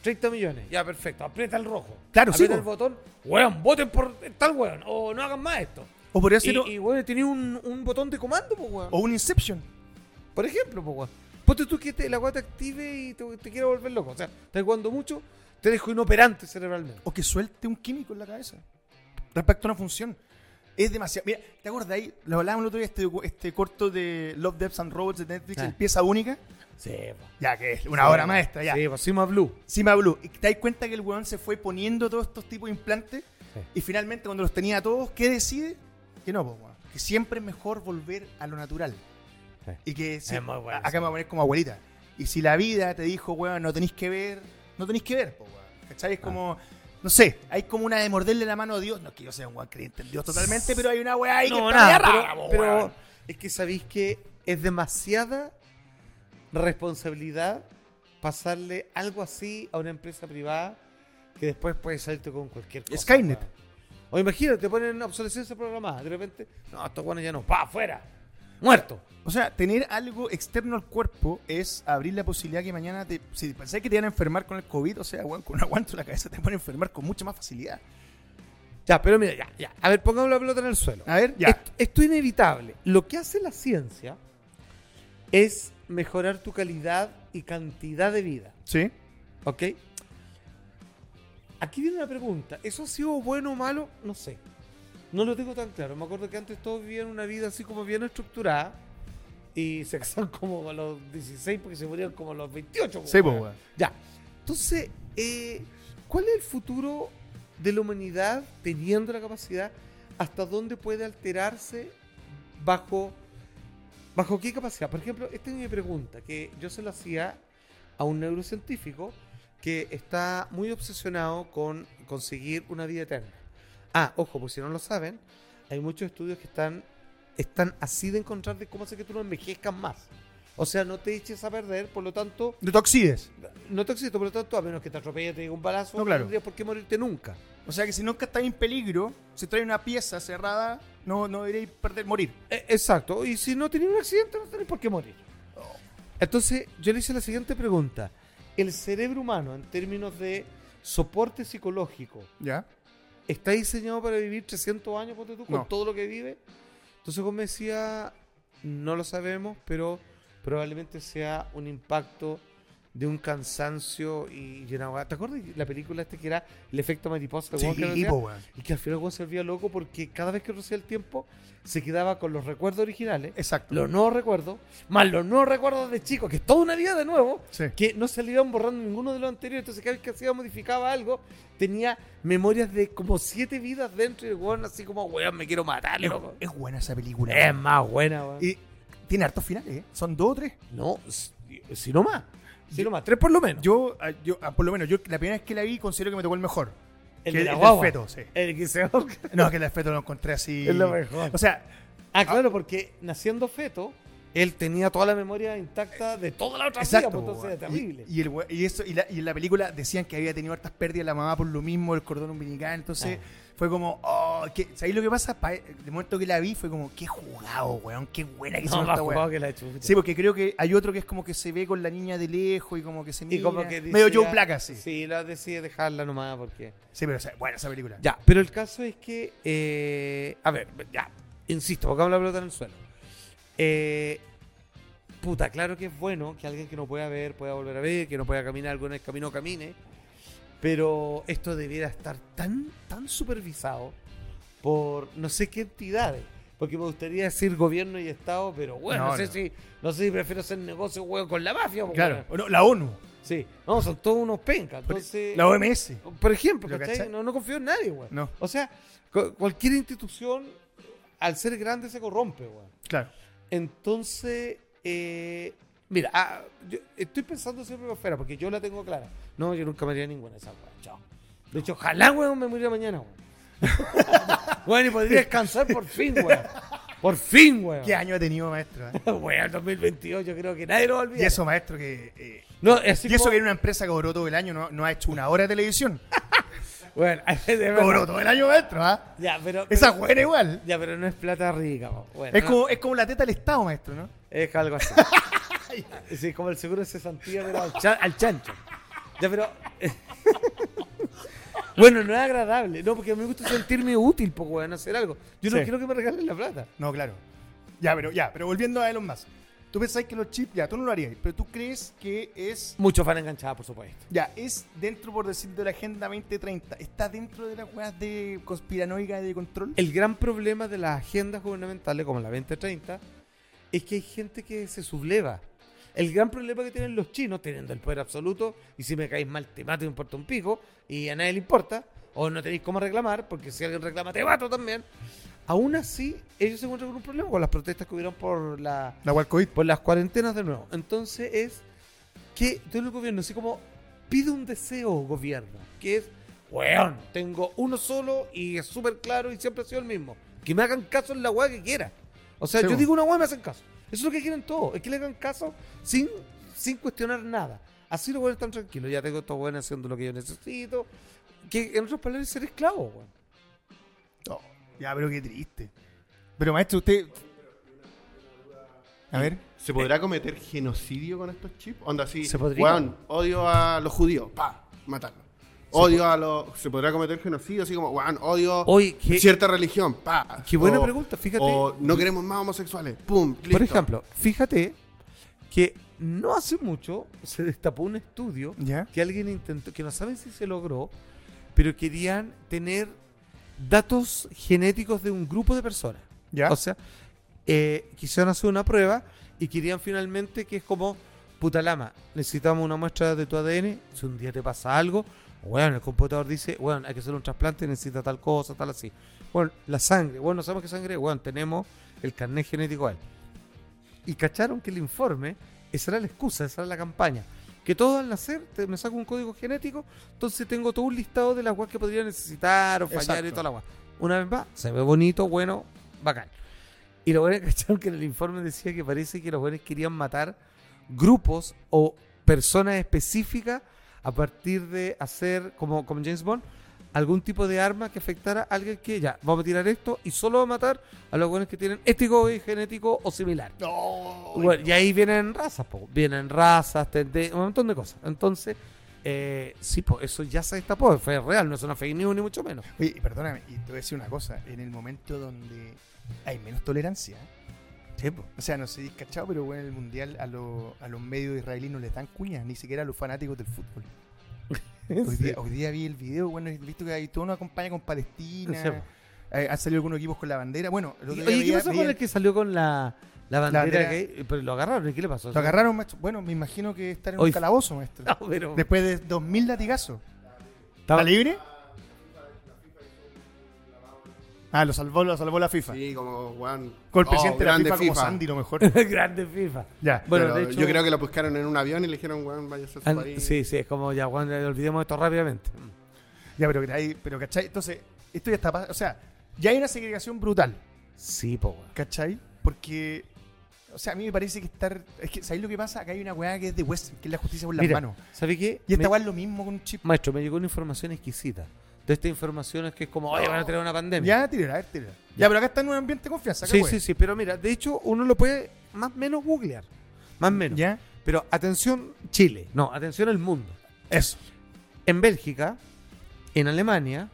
Speaker 2: 30 millones. Ya, perfecto. Aprieta el rojo.
Speaker 1: Claro, sí,
Speaker 2: Aprieta
Speaker 1: po.
Speaker 2: el botón. Weón, voten por tal weón. O no hagan más esto.
Speaker 1: O podría
Speaker 2: Y,
Speaker 1: ser o-
Speaker 2: y weón, tenía un, un botón de comando, pues, weón.
Speaker 1: o un Inception.
Speaker 2: Por ejemplo, pues, weón. Ponte tú que te- la weá te active y te, te quiera volver loco. O sea, estás jugando mucho, te dejo inoperante cerebralmente.
Speaker 1: O que suelte un químico en la cabeza. Respecto a una función. Es demasiado. Mira, ¿te acuerdas ahí? Lo hablábamos el otro día, este, este corto de Love, Deaths and Robots de Netflix,
Speaker 2: Ah.
Speaker 1: en pieza única.
Speaker 2: Sí, po.
Speaker 1: Ya que es una obra maestra, ya.
Speaker 2: Sí, po, Sima Blue.
Speaker 1: Cima Blue. ¿Y ¿Te das cuenta que el weón se fue poniendo todos estos tipos de implantes?
Speaker 2: Sí.
Speaker 1: Y finalmente, cuando los tenía a todos, ¿qué decide? Que no, pues, weón. Que siempre es mejor volver a lo natural.
Speaker 2: Sí.
Speaker 1: Y que si-
Speaker 2: Es muy bueno
Speaker 1: acá
Speaker 2: eso.
Speaker 1: me voy a poner como abuelita. Y si la vida te dijo, weón, no tenéis que ver, no tenéis que ver, pues, weón. ¿Cachai?
Speaker 2: Ah.
Speaker 1: Es como. No sé, hay como una de morderle la mano a Dios. No es que yo sea un weón creyente en Dios totalmente, pero hay una weá ahí que
Speaker 2: No,
Speaker 1: está media
Speaker 2: nada,
Speaker 1: rara,
Speaker 2: pero,
Speaker 1: po,
Speaker 2: pero
Speaker 1: weón.
Speaker 2: es que sabéis que es demasiada responsabilidad pasarle algo así a una empresa privada que después puede salirte con cualquier cosa.
Speaker 1: Skynet.
Speaker 2: weón. O imagínate, te ponen obsolescencia programada, de repente, no, estos buenos ya no, pa, afuera, muerto.
Speaker 1: O sea, tener algo externo al cuerpo es abrir la posibilidad que mañana, te, si pensás que te iban a enfermar con el COVID, o sea, weón, con un aguanto en la cabeza te van a enfermar con mucha más facilidad.
Speaker 2: Ya, pero mira, ya, ya. A ver, pongamos la pelota en el suelo.
Speaker 1: A ver, ya.
Speaker 2: Esto, esto es inevitable. Lo que hace la ciencia es mejorar tu calidad y cantidad de vida.
Speaker 1: Sí.
Speaker 2: ¿Ok? Aquí viene la pregunta. ¿Eso ha sido bueno o malo? No sé. No lo tengo tan claro. Me acuerdo que antes todos vivían una vida así como bien estructurada y se casaban como a los 16 porque se morían como a los 28.
Speaker 1: Sí,
Speaker 2: po,
Speaker 1: pues,
Speaker 2: weón. Ya. Entonces, eh, ¿cuál es el futuro de la humanidad teniendo la capacidad? ¿Hasta dónde puede alterarse bajo, bajo qué capacidad? Por ejemplo, esta es mi pregunta, que yo se la hacía a un neurocientífico que está muy obsesionado con conseguir una vida eterna. Ah, ojo, por si no lo saben, hay muchos estudios que están, están así de encontrar de cómo hacer que tú no envejezcas más. O sea, no te eches a perder, por lo tanto,
Speaker 1: Detoxides.
Speaker 2: no te existo, por lo tanto, a menos que te atropelle y te llegue un balazo,
Speaker 1: No,
Speaker 2: no,
Speaker 1: claro.
Speaker 2: tendrías por qué morirte nunca.
Speaker 1: O sea, que si nunca estás en peligro, si traes una pieza cerrada, no, no deberéis perder, morir.
Speaker 2: Eh, exacto. Y si no tenías un accidente, no tenés por qué morir. Entonces, yo le hice la siguiente pregunta. ¿El cerebro humano, en términos de soporte psicológico,
Speaker 1: Ya.
Speaker 2: está diseñado para vivir 300 años, ponte tú, con
Speaker 1: No.
Speaker 2: todo lo que vive? Entonces, como decía, no lo sabemos, pero probablemente sea un impacto de un cansancio y llenado. ¿Te acuerdas de la película este que era El efecto mariposa? el
Speaker 1: Sí,
Speaker 2: weón que lo hacía?
Speaker 1: po, weón.
Speaker 2: Y que al final Juan se volvía loco porque cada vez que reducía el tiempo se quedaba con los recuerdos originales,
Speaker 1: Exacto.
Speaker 2: los nuevos recuerdos, más los nuevos recuerdos de chicos, que es toda una vida de nuevo,
Speaker 1: Sí.
Speaker 2: que no se le iban borrando ninguno de los anteriores. Entonces cada vez que hacía modificaba algo, tenía memorias de como siete vidas dentro y el weón así como, weón, me quiero matar,
Speaker 1: Es,
Speaker 2: loco.
Speaker 1: es buena esa película.
Speaker 2: Es más buena, weón.
Speaker 1: Y tiene hartos finales, ¿eh? Son dos o tres.
Speaker 2: no, si, si no más. Si no más, tres por lo menos.
Speaker 1: Yo, ah, yo ah, por lo menos, yo la primera vez que la vi considero que me tocó el mejor.
Speaker 2: el
Speaker 1: que
Speaker 2: de
Speaker 1: el
Speaker 2: la
Speaker 1: del
Speaker 2: guagua.
Speaker 1: feto, sí.
Speaker 2: El que se
Speaker 1: No, es que el del feto lo encontré así.
Speaker 2: Es lo mejor.
Speaker 1: O sea,
Speaker 2: Ah, claro, porque naciendo feto, él tenía toda la memoria intacta de toda la otra vida, pues, entonces era
Speaker 1: po, weón.
Speaker 2: terrible.
Speaker 1: Y, y el we- y eso, y, la, y en la película decían que había tenido hartas pérdidas la mamá por lo mismo, el cordón umbilical. Entonces fue como, oh, que, ¿sabéis lo que pasa? Pa- eh, de momento que la vi fue como, qué jugado, weón, qué buena que
Speaker 2: no,
Speaker 1: son
Speaker 2: más
Speaker 1: esta
Speaker 2: jugado
Speaker 1: weón.
Speaker 2: que la chucha.
Speaker 1: Sí, porque creo que hay otro que es como que se ve con la niña de lejos y como que se mira.
Speaker 2: y como que decía-
Speaker 1: medio Joe Black así. Sí,
Speaker 2: Sí, la decide dejarla nomás porque.
Speaker 1: pero o sea, bueno, esa película.
Speaker 2: Ya, pero el caso es que. eh, a ver, ya. Insisto, pongamos la pelota en el suelo. Eh, puta, claro que es bueno que alguien que no pueda ver pueda volver a ver, que no pueda caminar, alguna vez caminó, camine. Pero esto debiera estar tan, tan supervisado por no sé qué entidades. Porque me gustaría decir gobierno y Estado, pero bueno, no,
Speaker 1: No,
Speaker 2: sé
Speaker 1: no.
Speaker 2: si no sé si prefiero hacer negocio huevo, con la mafia. po,
Speaker 1: claro.
Speaker 2: weón.
Speaker 1: O no, la ONU, e,
Speaker 2: Sí, no, son todos unos pencas. Entonces,
Speaker 1: la OMS.
Speaker 2: por ejemplo,
Speaker 1: Pero,
Speaker 2: ¿cachai?
Speaker 1: ¿cachai?
Speaker 2: No, no confío en nadie, weón.
Speaker 1: No.
Speaker 2: O sea, cu- cualquier institución, al ser grande, se corrompe, weón.
Speaker 1: Claro.
Speaker 2: Entonces, eh, mira, ah, yo estoy pensando siempre para afuera, porque yo la tengo clara. No, yo nunca me haría ninguna de esas, weón. Chao. De hecho, ojalá, weón, me muriera mañana,
Speaker 1: (laughs)
Speaker 2: weón. weón, y podría descansar por fin, weón. Por fin, weón.
Speaker 1: ¿Qué año ha tenido maestro? eh?
Speaker 2: Weón, 2022, yo creo que nadie lo va a olvidar.
Speaker 1: Y eso, maestro, que. eh,
Speaker 2: No, así
Speaker 1: y eso
Speaker 2: como-
Speaker 1: que en una empresa que cobró todo el año no, no ha hecho una hora de televisión.
Speaker 2: Bueno, (laughs) de verdad.
Speaker 1: Cobró todo el año, maestro, ¿ah?
Speaker 2: Ya, pero...
Speaker 1: Esa
Speaker 2: pero-
Speaker 1: buena igual.
Speaker 2: Ya, pero no es plata rica. po. Bueno,
Speaker 1: Es
Speaker 2: no,
Speaker 1: como, es como la teta del Estado, maestro, ¿no?
Speaker 2: es
Speaker 1: (laughs)
Speaker 2: algo así. sí, como el seguro de cesantía, pero al, cha- al chancho. Ya, pero. (laughs) bueno, no es agradable. No, porque a mí me gusta sentirme útil, pues, weón, hacer algo. Yo no
Speaker 1: Sí.
Speaker 2: quiero que me regalen la plata.
Speaker 1: No, claro. Ya, pero ya, pero volviendo a Elon Musk. Tú pensás que los chips, ya, tú no lo harías, pero tú crees que es,
Speaker 2: Muchos van enganchados, por supuesto.
Speaker 1: ya, es dentro, por decir, de la Agenda 2030. ¿Está dentro de las weas de conspiranoica de control?
Speaker 2: El gran problema de las agendas gubernamentales como la 2030 es que hay gente que se subleva. El gran problema que tienen los chinos, teniendo el poder absoluto, y si me caes mal, te mato y me importa un pico, y a nadie le importa, o no tenéis cómo reclamar, porque si alguien reclama, te mato también. Aún así, ellos se encuentran con un problema con las protestas que hubieron por la,
Speaker 1: La cual COVID.
Speaker 2: por las cuarentenas de nuevo. Entonces es que todo el gobierno, así como pide un deseo gobierno, que es, weón, tengo uno solo y es súper claro y siempre ha sido el mismo. Que me hagan caso en la weá que quiera. O sea,
Speaker 1: Sí,
Speaker 2: yo
Speaker 1: bueno.
Speaker 2: digo una weá y me hacen caso. Eso es lo que quieren todos, es que le hagan caso sin, sin cuestionar nada. Así los weones están tranquilos, ya tengo estos weones haciendo lo que yo necesito. Que en otras palabras es ser esclavo, weón.
Speaker 1: No. Ya, pero qué triste. Pero maestro, usted... A ver.
Speaker 3: ¿Se podrá cometer genocidio con estos chips? Onda así,
Speaker 2: Se podría.
Speaker 3: weón, odio a los judíos, pa, matarlos. Odio a los... ¿Se podrá cometer genocidio? Así como, weón, odio
Speaker 2: Oye, qué-
Speaker 3: cierta religión, pa.
Speaker 2: Qué buena pregunta, fíjate.
Speaker 3: O no queremos más homosexuales, pum, listo.
Speaker 2: Por ejemplo, fíjate que no hace mucho se destapó un estudio
Speaker 1: ¿Ya?
Speaker 2: que alguien intentó, que no saben si se logró, pero querían tener datos genéticos de un grupo de personas.
Speaker 1: ¿Ya?
Speaker 2: O sea, eh, quisieron hacer una prueba y querían finalmente que es como, puta lama, necesitamos una muestra de tu ADN, si un día te pasa algo, bueno, el computador dice, bueno, hay que hacer un trasplante, necesita tal cosa, tal así. Bueno, la sangre, bueno, no sabemos qué sangre, es, bueno, tenemos el carnet genético a él. Y cacharon que el informe, esa era la excusa, esa era la campaña. Que todo al nacer te- me saco un código genético, entonces tengo todo un listado de las guas que podría necesitar o fallar y
Speaker 1: Exacto.
Speaker 2: toda la guas. Una vez más, se ve bonito, bueno, bacán. Y los buenos (laughs) cacharon que en el informe decía que parece que los buenos querían matar grupos o personas específicas a partir de hacer, como, como James Bond, algún tipo de arma que afectara a alguien que ya, vamos a tirar esto y solo va a matar a los buenos que tienen este COVID genético o similar.
Speaker 1: No.
Speaker 2: Bueno, y ahí vienen razas, po. vienen razas, tende- un montón de cosas. Entonces, eh, sí, po, eso ya se destapó, fue real, no es una fake news ni mucho
Speaker 1: (laughs)
Speaker 2: menos.
Speaker 1: Oye, y perdóname, y te voy a decir una cosa. En el momento donde hay menos tolerancia, o sea, no sé si cachado, pero bueno, en el mundial a, lo- a los medios israelíes no les dan cuñas, ni siquiera a los fanáticos del fútbol. Hoy, día,
Speaker 2: (laughs)
Speaker 1: hoy día vi el video, bueno, he visto que hay toda una campaña con Palestina,
Speaker 2: Sí, po.
Speaker 1: eh, han salido algunos equipos con la bandera. Bueno, el otro día
Speaker 2: Oye, ¿qué
Speaker 1: veía-
Speaker 2: pasó
Speaker 1: veía-
Speaker 2: con el que salió con la, la bandera,
Speaker 1: bandera-
Speaker 2: gay? eh, Pero lo agarraron, ¿y qué le pasó?
Speaker 1: Lo agarraron, maestro. Bueno, me imagino que estar en
Speaker 2: Hoy-
Speaker 1: un calabozo, maestro.
Speaker 2: (laughs) No, pero
Speaker 1: Después de 2000 latigazos.
Speaker 2: estaba-
Speaker 1: ¿Está libre? Ah, lo salvó, lo salvó la FIFA.
Speaker 3: Sí, como, weón.
Speaker 1: Con el
Speaker 3: oh,
Speaker 1: presidente de la
Speaker 3: grande
Speaker 1: FIFA, como
Speaker 3: FIFA.
Speaker 1: Sandy, lo mejor.
Speaker 2: (laughs) (laughs) grande FIFA.
Speaker 1: ya.
Speaker 2: Bueno,
Speaker 3: Pero
Speaker 2: de hecho-
Speaker 3: yo creo que lo buscaron en un avión y le dijeron, weón, vaya a su
Speaker 2: An-
Speaker 3: país.
Speaker 2: sí, sí, es como ya, Juan, eh, olvidemos esto rápidamente.
Speaker 1: Ya, pero, que hay- pero ¿cachai? Entonces, esto ya está pas- O sea, ya hay una segregación brutal,
Speaker 2: Sí, po, weón.
Speaker 1: ¿cachai? Porque. O sea, a mí me parece que estar. Es que, ¿sabéis lo que pasa? Acá hay una weá que es de West, que es la justicia por las
Speaker 2: Mira,
Speaker 1: manos.
Speaker 2: ¿Sabes qué?
Speaker 1: Y esta
Speaker 2: Me-
Speaker 1: weá es lo mismo con un chip.
Speaker 2: Maestro, me llegó una información exquisita. De estas informaciones que es como, oye, van a tener una pandemia.
Speaker 1: Ya, tírala, a ver, tírala. Ya, pero acá está en un ambiente de confianza.
Speaker 2: Sí, sí, sí, pero mira, de hecho uno lo puede más o menos googlear, más o menos.
Speaker 1: Ya.
Speaker 2: Pero atención Chile, no, atención al mundo.
Speaker 1: Eso.
Speaker 2: En Bélgica, en Alemania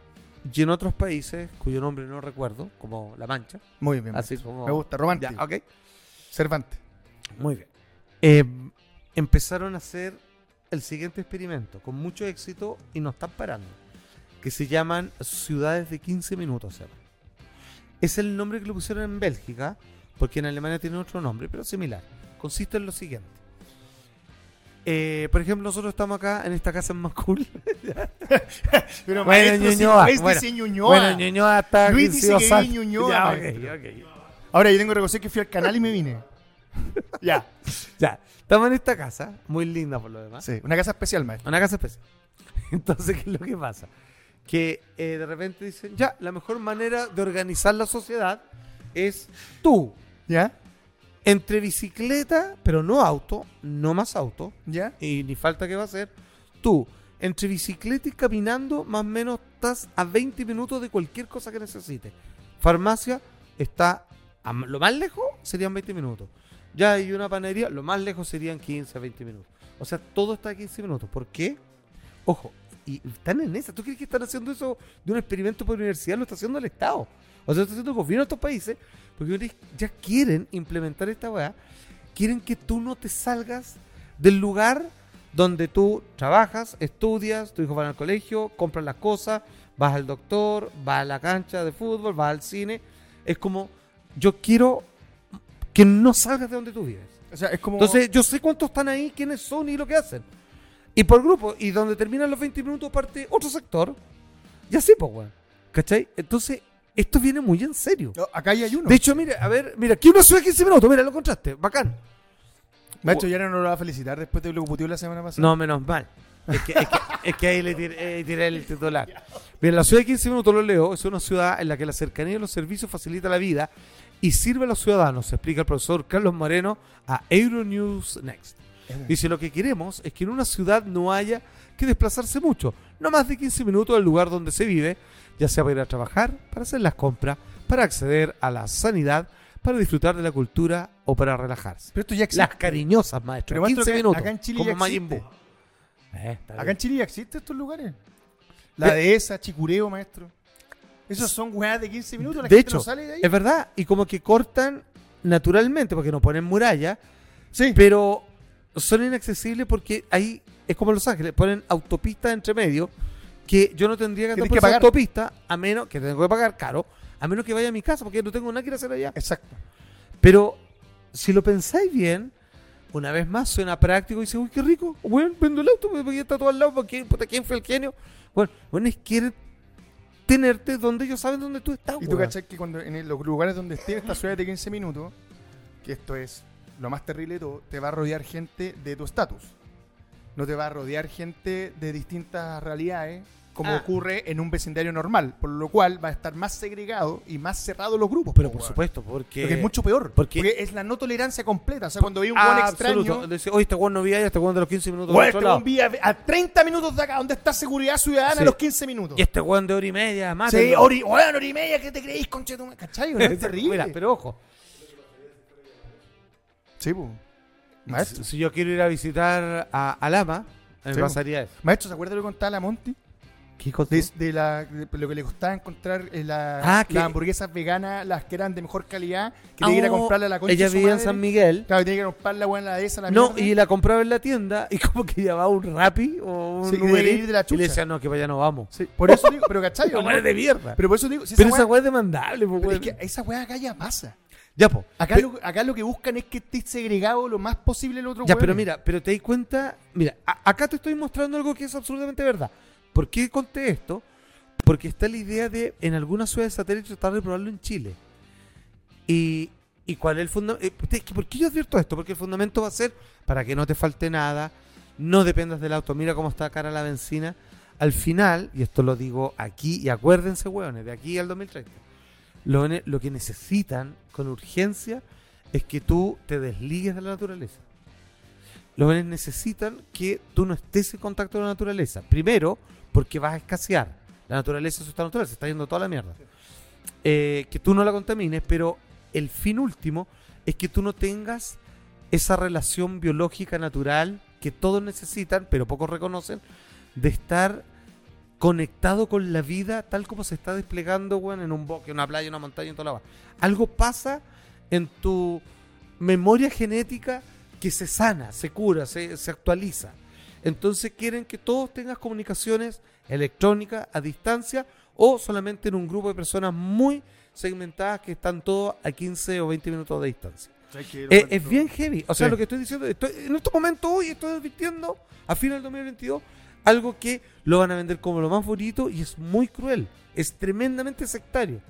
Speaker 2: y en otros países cuyo nombre no recuerdo, como La Mancha,
Speaker 1: Muy bien.
Speaker 2: así como...
Speaker 1: Me gusta,
Speaker 2: Ya,
Speaker 1: romántico.
Speaker 2: ok,
Speaker 1: Cervantes.
Speaker 2: muy bien. Eh, empezaron a hacer el siguiente experimento, con mucho éxito y no están parando, que se llaman ciudades de 15 minutos. se llama. Es el nombre que le pusieron en Bélgica, porque en Alemania tiene otro nombre, pero similar. Consiste en lo siguiente. Eh, por ejemplo, nosotros estamos acá en esta casa en Macul.
Speaker 1: Pero
Speaker 2: Bueno,
Speaker 1: maestro, si
Speaker 2: Ñuñoa,
Speaker 1: Luis
Speaker 2: bueno.
Speaker 1: dice (laughs) Ñuñoa.
Speaker 2: Bueno, Ñuñoa está
Speaker 1: Luis
Speaker 2: que
Speaker 1: dice
Speaker 2: sigo
Speaker 1: que
Speaker 2: sal-
Speaker 1: vi Ñuñoa,
Speaker 2: Ya,
Speaker 1: maestro.
Speaker 2: ok, ok.
Speaker 1: Ahora yo tengo que reconocer que fui al canal y me
Speaker 2: (laughs)
Speaker 1: vine. ya.
Speaker 2: Ya, estamos en esta casa, muy linda por lo demás.
Speaker 1: Sí, una casa especial, maestro.
Speaker 2: Una casa especial. (laughs) Entonces, ¿qué es lo que pasa? Que eh, de repente dicen, ya, la mejor manera de organizar la sociedad es tú,
Speaker 1: ¿Ya?
Speaker 2: entre bicicleta, pero no auto, no más auto,
Speaker 1: ¿Ya?
Speaker 2: y ni falta que va a ser, tú, entre bicicleta y caminando, más o menos estás a 20 minutos de cualquier cosa que necesites. Farmacia está, a m- lo más lejos serían 20 minutos. Ya hay una panadería, lo más lejos serían 15 a 20 minutos. O sea, todo está a 15 minutos. ¿Por qué? Ojo, y están en esa. ¿Tú crees que están haciendo eso de un experimento por universidad? Lo está haciendo el Estado. O sea, lo está haciendo el gobierno de estos países. Porque ya quieren implementar esta weá. quieren que tú no te salgas del lugar donde tú trabajas, estudias, tu hijo va al colegio, compras las cosas, vas al doctor, vas a la cancha de fútbol, vas al cine. Es como, yo quiero que no salgas de donde tú vives.
Speaker 1: O sea, es como.
Speaker 2: Entonces, yo sé cuántos están ahí, quiénes son y lo que hacen. Y por grupo, y donde terminan los 20 minutos parte otro sector. Y así, pues, weón. ¿Cachai? Entonces, esto viene muy en serio.
Speaker 1: No, acá ya hay uno.
Speaker 2: De hecho, mire, a ver, mira, aquí uno sube 15 minutos, mira, lo contraste, bacán.
Speaker 1: Macho, ya no lo va a felicitar después de lo que puteó la semana pasada.
Speaker 2: No, menos mal. Es que, es que- es que ahí le tiré, eh, tiré el titular. Bien, la ciudad de 15 minutos, lo leo, es una ciudad en la que la cercanía de los servicios facilita la vida y sirve a los ciudadanos, explica el profesor Carlos Moreno a Euronews Next. Dice, lo que queremos es que en una ciudad no haya que desplazarse mucho, no más de 15 minutos del lugar donde se vive, ya sea para ir a trabajar, para hacer las compras, para acceder a la sanidad, para disfrutar de la cultura o para relajarse.
Speaker 1: Pero esto ya existe.
Speaker 2: Las cariñosas, maestro.
Speaker 1: Pero, maestro,
Speaker 2: 15
Speaker 1: acá-
Speaker 2: minutos.
Speaker 1: acá en Chile
Speaker 2: como
Speaker 1: ya
Speaker 2: Majin
Speaker 1: existe.
Speaker 2: Buu. Eh, está
Speaker 1: Acá
Speaker 2: bien.
Speaker 1: en Chile ya existen estos lugares. La dehesa, Chicureo, maestro. Esos son weas de 15 minutos. La
Speaker 2: de
Speaker 1: gente
Speaker 2: hecho,
Speaker 1: no sale de ahí.
Speaker 2: es verdad. Y como que cortan naturalmente, porque no ponen muralla,
Speaker 1: Sí.
Speaker 2: pero son inaccesibles porque ahí es como en Los Ángeles, ponen autopista entre medio, que yo no tendría que
Speaker 1: Tenés
Speaker 2: andar por
Speaker 1: que
Speaker 2: esa
Speaker 1: pagar.
Speaker 2: autopista, a menos que tengo que pagar caro, a menos que vaya a mi casa, porque no tengo nada que ir a hacer allá.
Speaker 1: Exacto.
Speaker 2: Pero si lo pensáis bien, una vez más suena práctico y dice, uy, qué rico, weón, vendo el auto, porque está todo al lado, porque puta, ¿quién fue el genio? Bueno, bueno, es quieren tenerte donde ellos saben dónde tú estás,
Speaker 1: Y tú
Speaker 2: Oh, weón.
Speaker 1: cachas que cuando en el- los lugares donde esté esta ciudad de 15 minutos, que esto es lo más terrible de todo, te va a rodear gente de tu estatus. No te va a rodear gente de distintas realidades, como
Speaker 2: Ah.
Speaker 1: ocurre en un vecindario normal, por lo cual va a estar más segregado y más cerrado los grupos.
Speaker 2: Pero
Speaker 1: po,
Speaker 2: por
Speaker 1: weón.
Speaker 2: supuesto, porque...
Speaker 1: Porque es mucho peor.
Speaker 2: porque-
Speaker 1: Porque, es la no tolerancia completa. O sea, cuando vi un buen
Speaker 2: Ah,
Speaker 1: extraño.
Speaker 2: absoluto. Le Dice, oye, este weón no vi allá, este weón de los 15 minutos
Speaker 1: Weón,
Speaker 2: del
Speaker 1: este
Speaker 2: otro
Speaker 1: weón
Speaker 2: lado.
Speaker 1: vi a, a 30 minutos de acá, donde está seguridad ciudadana
Speaker 2: Sí.
Speaker 1: a los 15 minutos.
Speaker 2: Y este weón de hora y media, más.
Speaker 1: Sí, hora y- weón, hora y media, ¿qué te creís, conchetum? ¿Cachai?
Speaker 2: (laughs)
Speaker 1: weón? Es terrible.
Speaker 2: Mira, pero ojo,
Speaker 1: Sí, po. Maestro.
Speaker 2: si yo quiero ir a visitar a Alama, me
Speaker 1: Sí,
Speaker 2: pasaría eso.
Speaker 1: Maestro, ¿se acuerda lo que contaba la Monty?
Speaker 2: ¿Qué cosa?
Speaker 1: De, de la, de lo que le costaba encontrar eh, la-
Speaker 2: Ah, que-
Speaker 1: las hamburguesas veganas, las que eran de mejor calidad, que tenía que ir a comprarla a la concha
Speaker 2: Ah, Ella
Speaker 1: de su
Speaker 2: vivía oh, en
Speaker 1: madre.
Speaker 2: San Miguel.
Speaker 1: Claro, tenía que comprarla, weón, la de esa, la
Speaker 2: No,
Speaker 1: mierda.
Speaker 2: y la compraba en la tienda y (laughs) como que llevaba un Rappi o un
Speaker 1: Sí, y de
Speaker 2: Uber
Speaker 1: ir
Speaker 2: Eats,
Speaker 1: de la
Speaker 2: y
Speaker 1: chucha.
Speaker 2: le decía, no, que para allá no vamos.
Speaker 1: Sí, por eso digo, pero
Speaker 2: (laughs)
Speaker 1: ¿cachai?
Speaker 2: Esa
Speaker 1: ¿no?
Speaker 2: weá es de mierda. Pero,
Speaker 1: Pero por eso digo, si
Speaker 2: esa
Speaker 1: weá-
Speaker 2: weá es demandable, pues,
Speaker 1: pero es
Speaker 2: weón.
Speaker 1: que esa weá acá ya pasa.
Speaker 2: Ya, po.
Speaker 1: Acá,
Speaker 2: Pe-
Speaker 1: lo, acá lo que buscan es que esté segregado lo más posible el otro
Speaker 2: Ya,
Speaker 1: weón.
Speaker 2: pero mira, pero te di cuenta, mira, a- acá te estoy mostrando algo que es absolutamente verdad. ¿Por qué conté esto? Porque está la idea de en algunas ciudades satélites tratar de probarlo en Chile. Y, y cuál es el fundamento. ¿Por qué yo advierto esto? Porque el fundamento va a ser para que no te falte nada, no dependas del auto, mira cómo está cara la benzina. Al final, y esto lo digo aquí, y acuérdense, hueones, de aquí al 2030, lo, ne- lo que necesitan con urgencia es que tú te desligues de la naturaleza. Los bienes necesitan que tú no estés en contacto con la naturaleza. Primero, porque vas a escasear. La naturaleza eso está natural, se está yendo toda la mierda. Eh, que tú no la contamines, pero el fin último es que tú no tengas esa relación biológica natural que todos necesitan, pero pocos reconocen, de estar conectado con la vida tal como se está desplegando weón, en un bosque, en una playa, en una montaña, en toda la barra. Algo pasa en tu memoria genética que se sana, se cura, se, se actualiza. Entonces quieren que todos tengas comunicaciones electrónicas a distancia o solamente en un grupo de personas muy segmentadas que están todos a 15 o 20 minutos de distancia.
Speaker 1: ¿Sabes qué?
Speaker 2: Eh, es bien heavy. O sea,
Speaker 1: Sí.
Speaker 2: lo que estoy diciendo, estoy- en estos momentos hoy estoy advirtiendo a final del 2022 algo que lo van a vender como lo más bonito y es muy cruel. Es tremendamente sectario.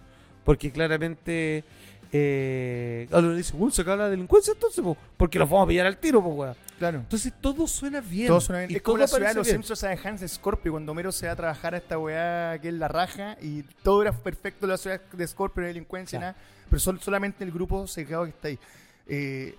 Speaker 2: Porque claramente eh, alguien dice, bueno, se acaba la delincuencia entonces, po, porque los vamos a pillar al tiro, po, weón".
Speaker 1: Claro.
Speaker 2: Entonces todo suena bien.
Speaker 1: Todo suena bien.
Speaker 2: y
Speaker 1: Es como
Speaker 2: todo
Speaker 1: la ciudad de
Speaker 2: parece
Speaker 1: los
Speaker 2: bien.
Speaker 1: Simpsons a de Hans Scorpio, cuando Homero se va a trabajar a esta weá que es la raja y todo era perfecto, la ciudad de Scorpio, la delincuencia,
Speaker 2: Claro.
Speaker 1: nada, pero sol- solamente el grupo secado que está ahí. Eh,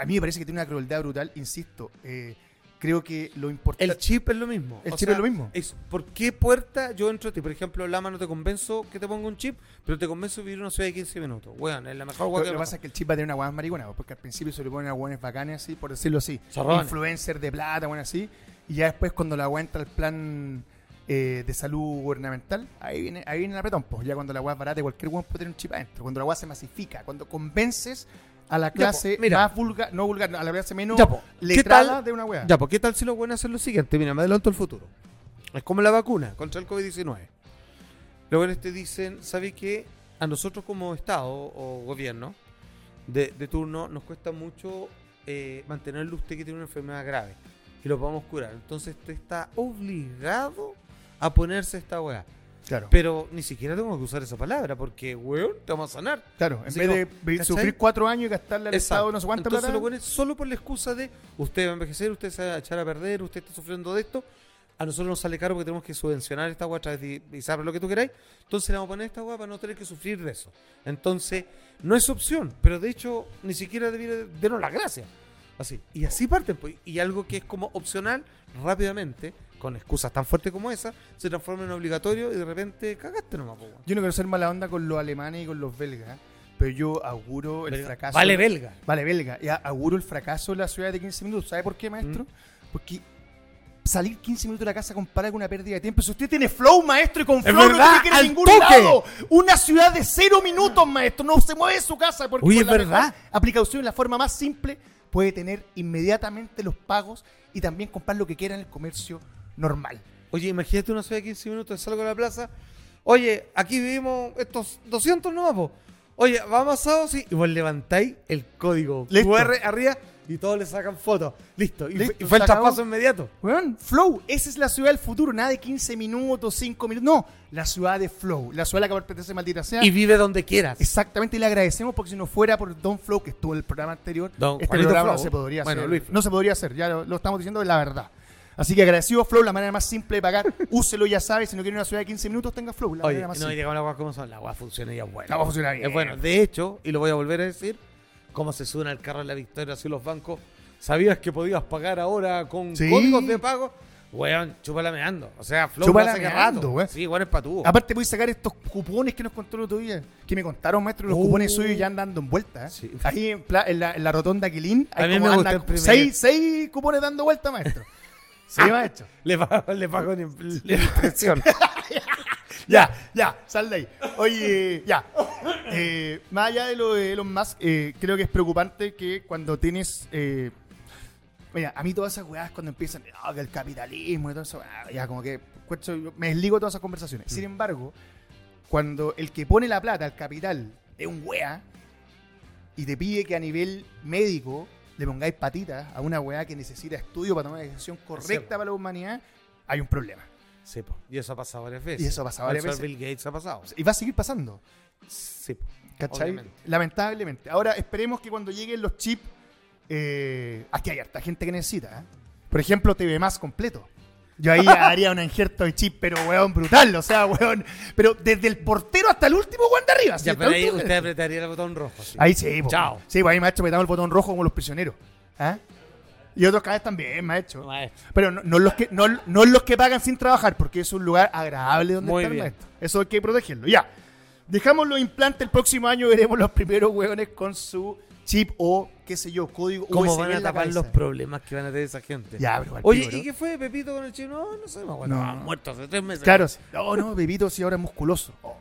Speaker 1: a mí me parece que tiene una crueldad brutal, insisto. eh, creo que lo
Speaker 2: El
Speaker 1: importante.
Speaker 2: chip es lo mismo.
Speaker 1: El
Speaker 2: O
Speaker 1: chip
Speaker 2: sea,
Speaker 1: es lo mismo.
Speaker 2: es, ¿Por qué puerta yo entro a ti? Por ejemplo, Lama, no te convenzo que te ponga un chip, pero te convenzo de vivir una ciudad de 15 minutos. Weón, es la mejor
Speaker 1: Lo,
Speaker 2: weón
Speaker 1: lo
Speaker 2: que
Speaker 1: que
Speaker 2: me
Speaker 1: pasa es que el chip va a tener una weá maricona, po, pues, porque al principio se le ponen a weones bacanes así, por decirlo así.
Speaker 2: Zorrones.
Speaker 1: Influencer de plata, bueno así. Y ya después cuando la weá entra al plan eh, de salud gubernamental, ahí viene, ahí viene el apretón. Pues ya cuando la weá es barata, cualquier weón puede tener un chip adentro. Cuando la weá se masifica, cuando convences a la clase
Speaker 2: po, mira.
Speaker 1: más vulgar, no vulgar, no, a la clase menos
Speaker 2: Ya, po. ¿Qué
Speaker 1: letrada
Speaker 2: tal?
Speaker 1: de una weá.
Speaker 2: Ya, pues ¿qué tal si los buenos hacen lo siguiente? Mira, me adelanto al futuro. Es como la vacuna contra el COVID-19. Los buenos te dicen, ¿sabes qué? A nosotros como Estado o gobierno de, de turno nos cuesta mucho eh, mantenerlo usted que tiene una enfermedad grave y lo podamos curar. Entonces usted está obligado a ponerse esta weá.
Speaker 1: Claro,
Speaker 2: Pero ni siquiera tengo que usar esa palabra porque, weón, te vamos a sanar.
Speaker 1: claro. En
Speaker 2: Así
Speaker 1: vez
Speaker 2: como,
Speaker 1: de vi-
Speaker 2: ¿cachai?
Speaker 1: sufrir cuatro años y gastarle al Estado
Speaker 2: Exacto.
Speaker 1: no sé cuánta
Speaker 2: Entonces
Speaker 1: plata.
Speaker 2: lo ponen solo por la excusa de usted va a envejecer, usted se va a echar a perder, usted está sufriendo de esto. A nosotros nos sale caro porque tenemos que subvencionar esta agua a través de ISAPRE, lo que tú queráis. Entonces le vamos a poner esta agua para no tener que sufrir de eso. Entonces, no es opción, pero de hecho ni siquiera debiera darnos las gracias. Así. Y así parten. pues. Y algo que es como opcional, rápidamente, con excusas tan fuertes como esa, se transforma en obligatorio y de repente cagaste nomás. Pues, weón.
Speaker 1: Yo no quiero ser mala onda con los alemanes y con los belgas, pero yo auguro el
Speaker 2: Belga.
Speaker 1: fracaso.
Speaker 2: Vale, belga.
Speaker 1: Vale, belga. Ya auguro el fracaso de la ciudad de 15 minutos. ¿Sabe por qué, maestro?
Speaker 2: Mm.
Speaker 1: Porque salir 15 minutos de la casa compara con una pérdida de tiempo. Si usted tiene flow, maestro, y con flow
Speaker 2: verdad,
Speaker 1: no tiene que ir a
Speaker 2: al
Speaker 1: ningún
Speaker 2: toque.
Speaker 1: lado. Una ciudad de cero minutos, maestro. No se mueve de su casa. Porque
Speaker 2: Uy,
Speaker 1: con
Speaker 2: es
Speaker 1: la mejor
Speaker 2: verdad.
Speaker 1: Aplicación, la forma más simple, puede tener inmediatamente los pagos y también comprar lo que quiera en el comercio normal.
Speaker 2: Oye, imagínate una ciudad de 15 minutos, salgo a la plaza. Oye, aquí vivimos estos 200 nomás, po. Oye, vamos asado, sí. Y vos levantáis el código
Speaker 1: Listo.
Speaker 2: QR arriba y todos le sacan fotos. Listo. Y,
Speaker 1: Listo,
Speaker 2: y
Speaker 1: se
Speaker 2: fue el
Speaker 1: acabó.
Speaker 2: traspaso inmediato.
Speaker 1: Weón, flow, esa es la ciudad del futuro, nada de 15 minutos, 5 minutos, no, la ciudad de flow, la ciudad a la que pertenece maldita sea.
Speaker 2: Y vive donde quieras.
Speaker 1: Exactamente, y le agradecemos porque si no fuera por Don Flow, que estuvo en el programa anterior,
Speaker 2: Don
Speaker 1: este
Speaker 2: Juanito
Speaker 1: programa no
Speaker 2: Flow.
Speaker 1: se podría
Speaker 2: Bueno,
Speaker 1: hacer.
Speaker 2: Luis.
Speaker 1: No se podría hacer, ya lo, lo estamos diciendo, es la verdad. Así que agradecido a Flow, la manera más simple de
Speaker 2: (laughs)
Speaker 1: pagar, úselo ya sabe, si no quiere una ciudad de 15 minutos, tenga Flow, la
Speaker 2: Oye,
Speaker 1: manera más
Speaker 2: no, y
Speaker 1: simple.
Speaker 2: digamos las aguas como son. La agua funciona y es buena.
Speaker 1: La agua funciona bien.
Speaker 2: Es bueno. De hecho, y lo voy a volver a decir, cómo se suben al carro de la victoria así los bancos. ¿Sabías que podías pagar ahora con
Speaker 1: Sí.
Speaker 2: códigos de pago? Weón, chúpala meando. O sea, flow
Speaker 1: Chúpala
Speaker 2: lo hace que
Speaker 1: meando,
Speaker 2: rato.
Speaker 1: weón.
Speaker 2: Sí, igual es para tú.
Speaker 1: Aparte, puedes sacar estos cupones que nos contó el otro día, que me contaron, maestro, los
Speaker 2: Oh.
Speaker 1: cupones suyos ya andan dando en vuelta. ¿eh?
Speaker 2: Sí.
Speaker 1: Ahí en, pla- en la, en la rotonda Aquilín,
Speaker 2: A
Speaker 1: hay
Speaker 2: mí
Speaker 1: como
Speaker 2: me gusta
Speaker 1: andan
Speaker 2: el primer-
Speaker 1: seis, seis cupones dando vuelta,
Speaker 2: (laughs)
Speaker 1: maestro. sí, maestro.
Speaker 2: Le pago, le pago la imp-
Speaker 1: (laughs)
Speaker 2: la impresión.
Speaker 1: Ya, ya, sal de ahí. Oye, ya. Eh, más allá de lo de Elon Musk, eh, creo que es preocupante que cuando tienes. eh, mira, a mí todas esas weas cuando empiezan, "Ah, que el capitalismo y todo eso, ah, ya como que cuento, yo me desligo de todas esas conversaciones. Sin embargo, cuando el que pone la plata, el capital, es un wea y te pide que a nivel médico le pongáis patitas a una wea que necesita estudio para tomar una decisión correcta para la humanidad, hay un problema.
Speaker 2: Sí, po. y eso ha pasado varias veces.
Speaker 1: Y eso ha pasado varias
Speaker 2: Eso a
Speaker 1: veces.
Speaker 2: Bill Gates ha pasado.
Speaker 1: Y va a seguir pasando.
Speaker 2: Sí, po.
Speaker 1: ¿Cachai?
Speaker 2: Obviamente.
Speaker 1: Lamentablemente. Ahora esperemos que cuando lleguen los chips, eh, aquí hay harta gente que necesita. ¿eh? Por ejemplo, TV más completo. Yo
Speaker 2: (laughs)
Speaker 1: ahí haría un injerto de chip, pero weón, brutal. O sea, weón. Pero desde el portero hasta el último weón de arriba. sí,
Speaker 2: Ya,
Speaker 1: hasta
Speaker 2: pero
Speaker 1: el
Speaker 2: ahí
Speaker 1: último-
Speaker 2: usted apretaría el botón rojo. sí.
Speaker 1: Ahí sí, po.
Speaker 2: Chao.
Speaker 1: Sí, pues ahí, maestro, metamos el botón rojo como los prisioneros. ¿ah? Y otros cada vez también, maestro.
Speaker 2: Maestro.
Speaker 1: Pero no, no los que, no, no los que pagan sin trabajar, porque es un lugar agradable donde
Speaker 2: Muy
Speaker 1: estar,
Speaker 2: bien.
Speaker 1: maestro. Eso hay que protegerlo. Ya. Dejamos los implantes el próximo año, veremos los primeros hueones con su chip o qué sé yo, código
Speaker 2: ¿Cómo
Speaker 1: USB
Speaker 2: van a
Speaker 1: en la
Speaker 2: tapar
Speaker 1: cabeza.
Speaker 2: los problemas que van a tener esa gente?
Speaker 1: Ya, pero al
Speaker 2: Oye,
Speaker 1: pico,
Speaker 2: ¿y
Speaker 1: ¿no?
Speaker 2: qué fue Pepito con el chino? No, no sé, bueno,
Speaker 1: No.
Speaker 2: ha muerto hace tres meses.
Speaker 1: Claro, sí. no, no, bebito si ahora es
Speaker 2: (laughs)
Speaker 1: musculoso. Oh.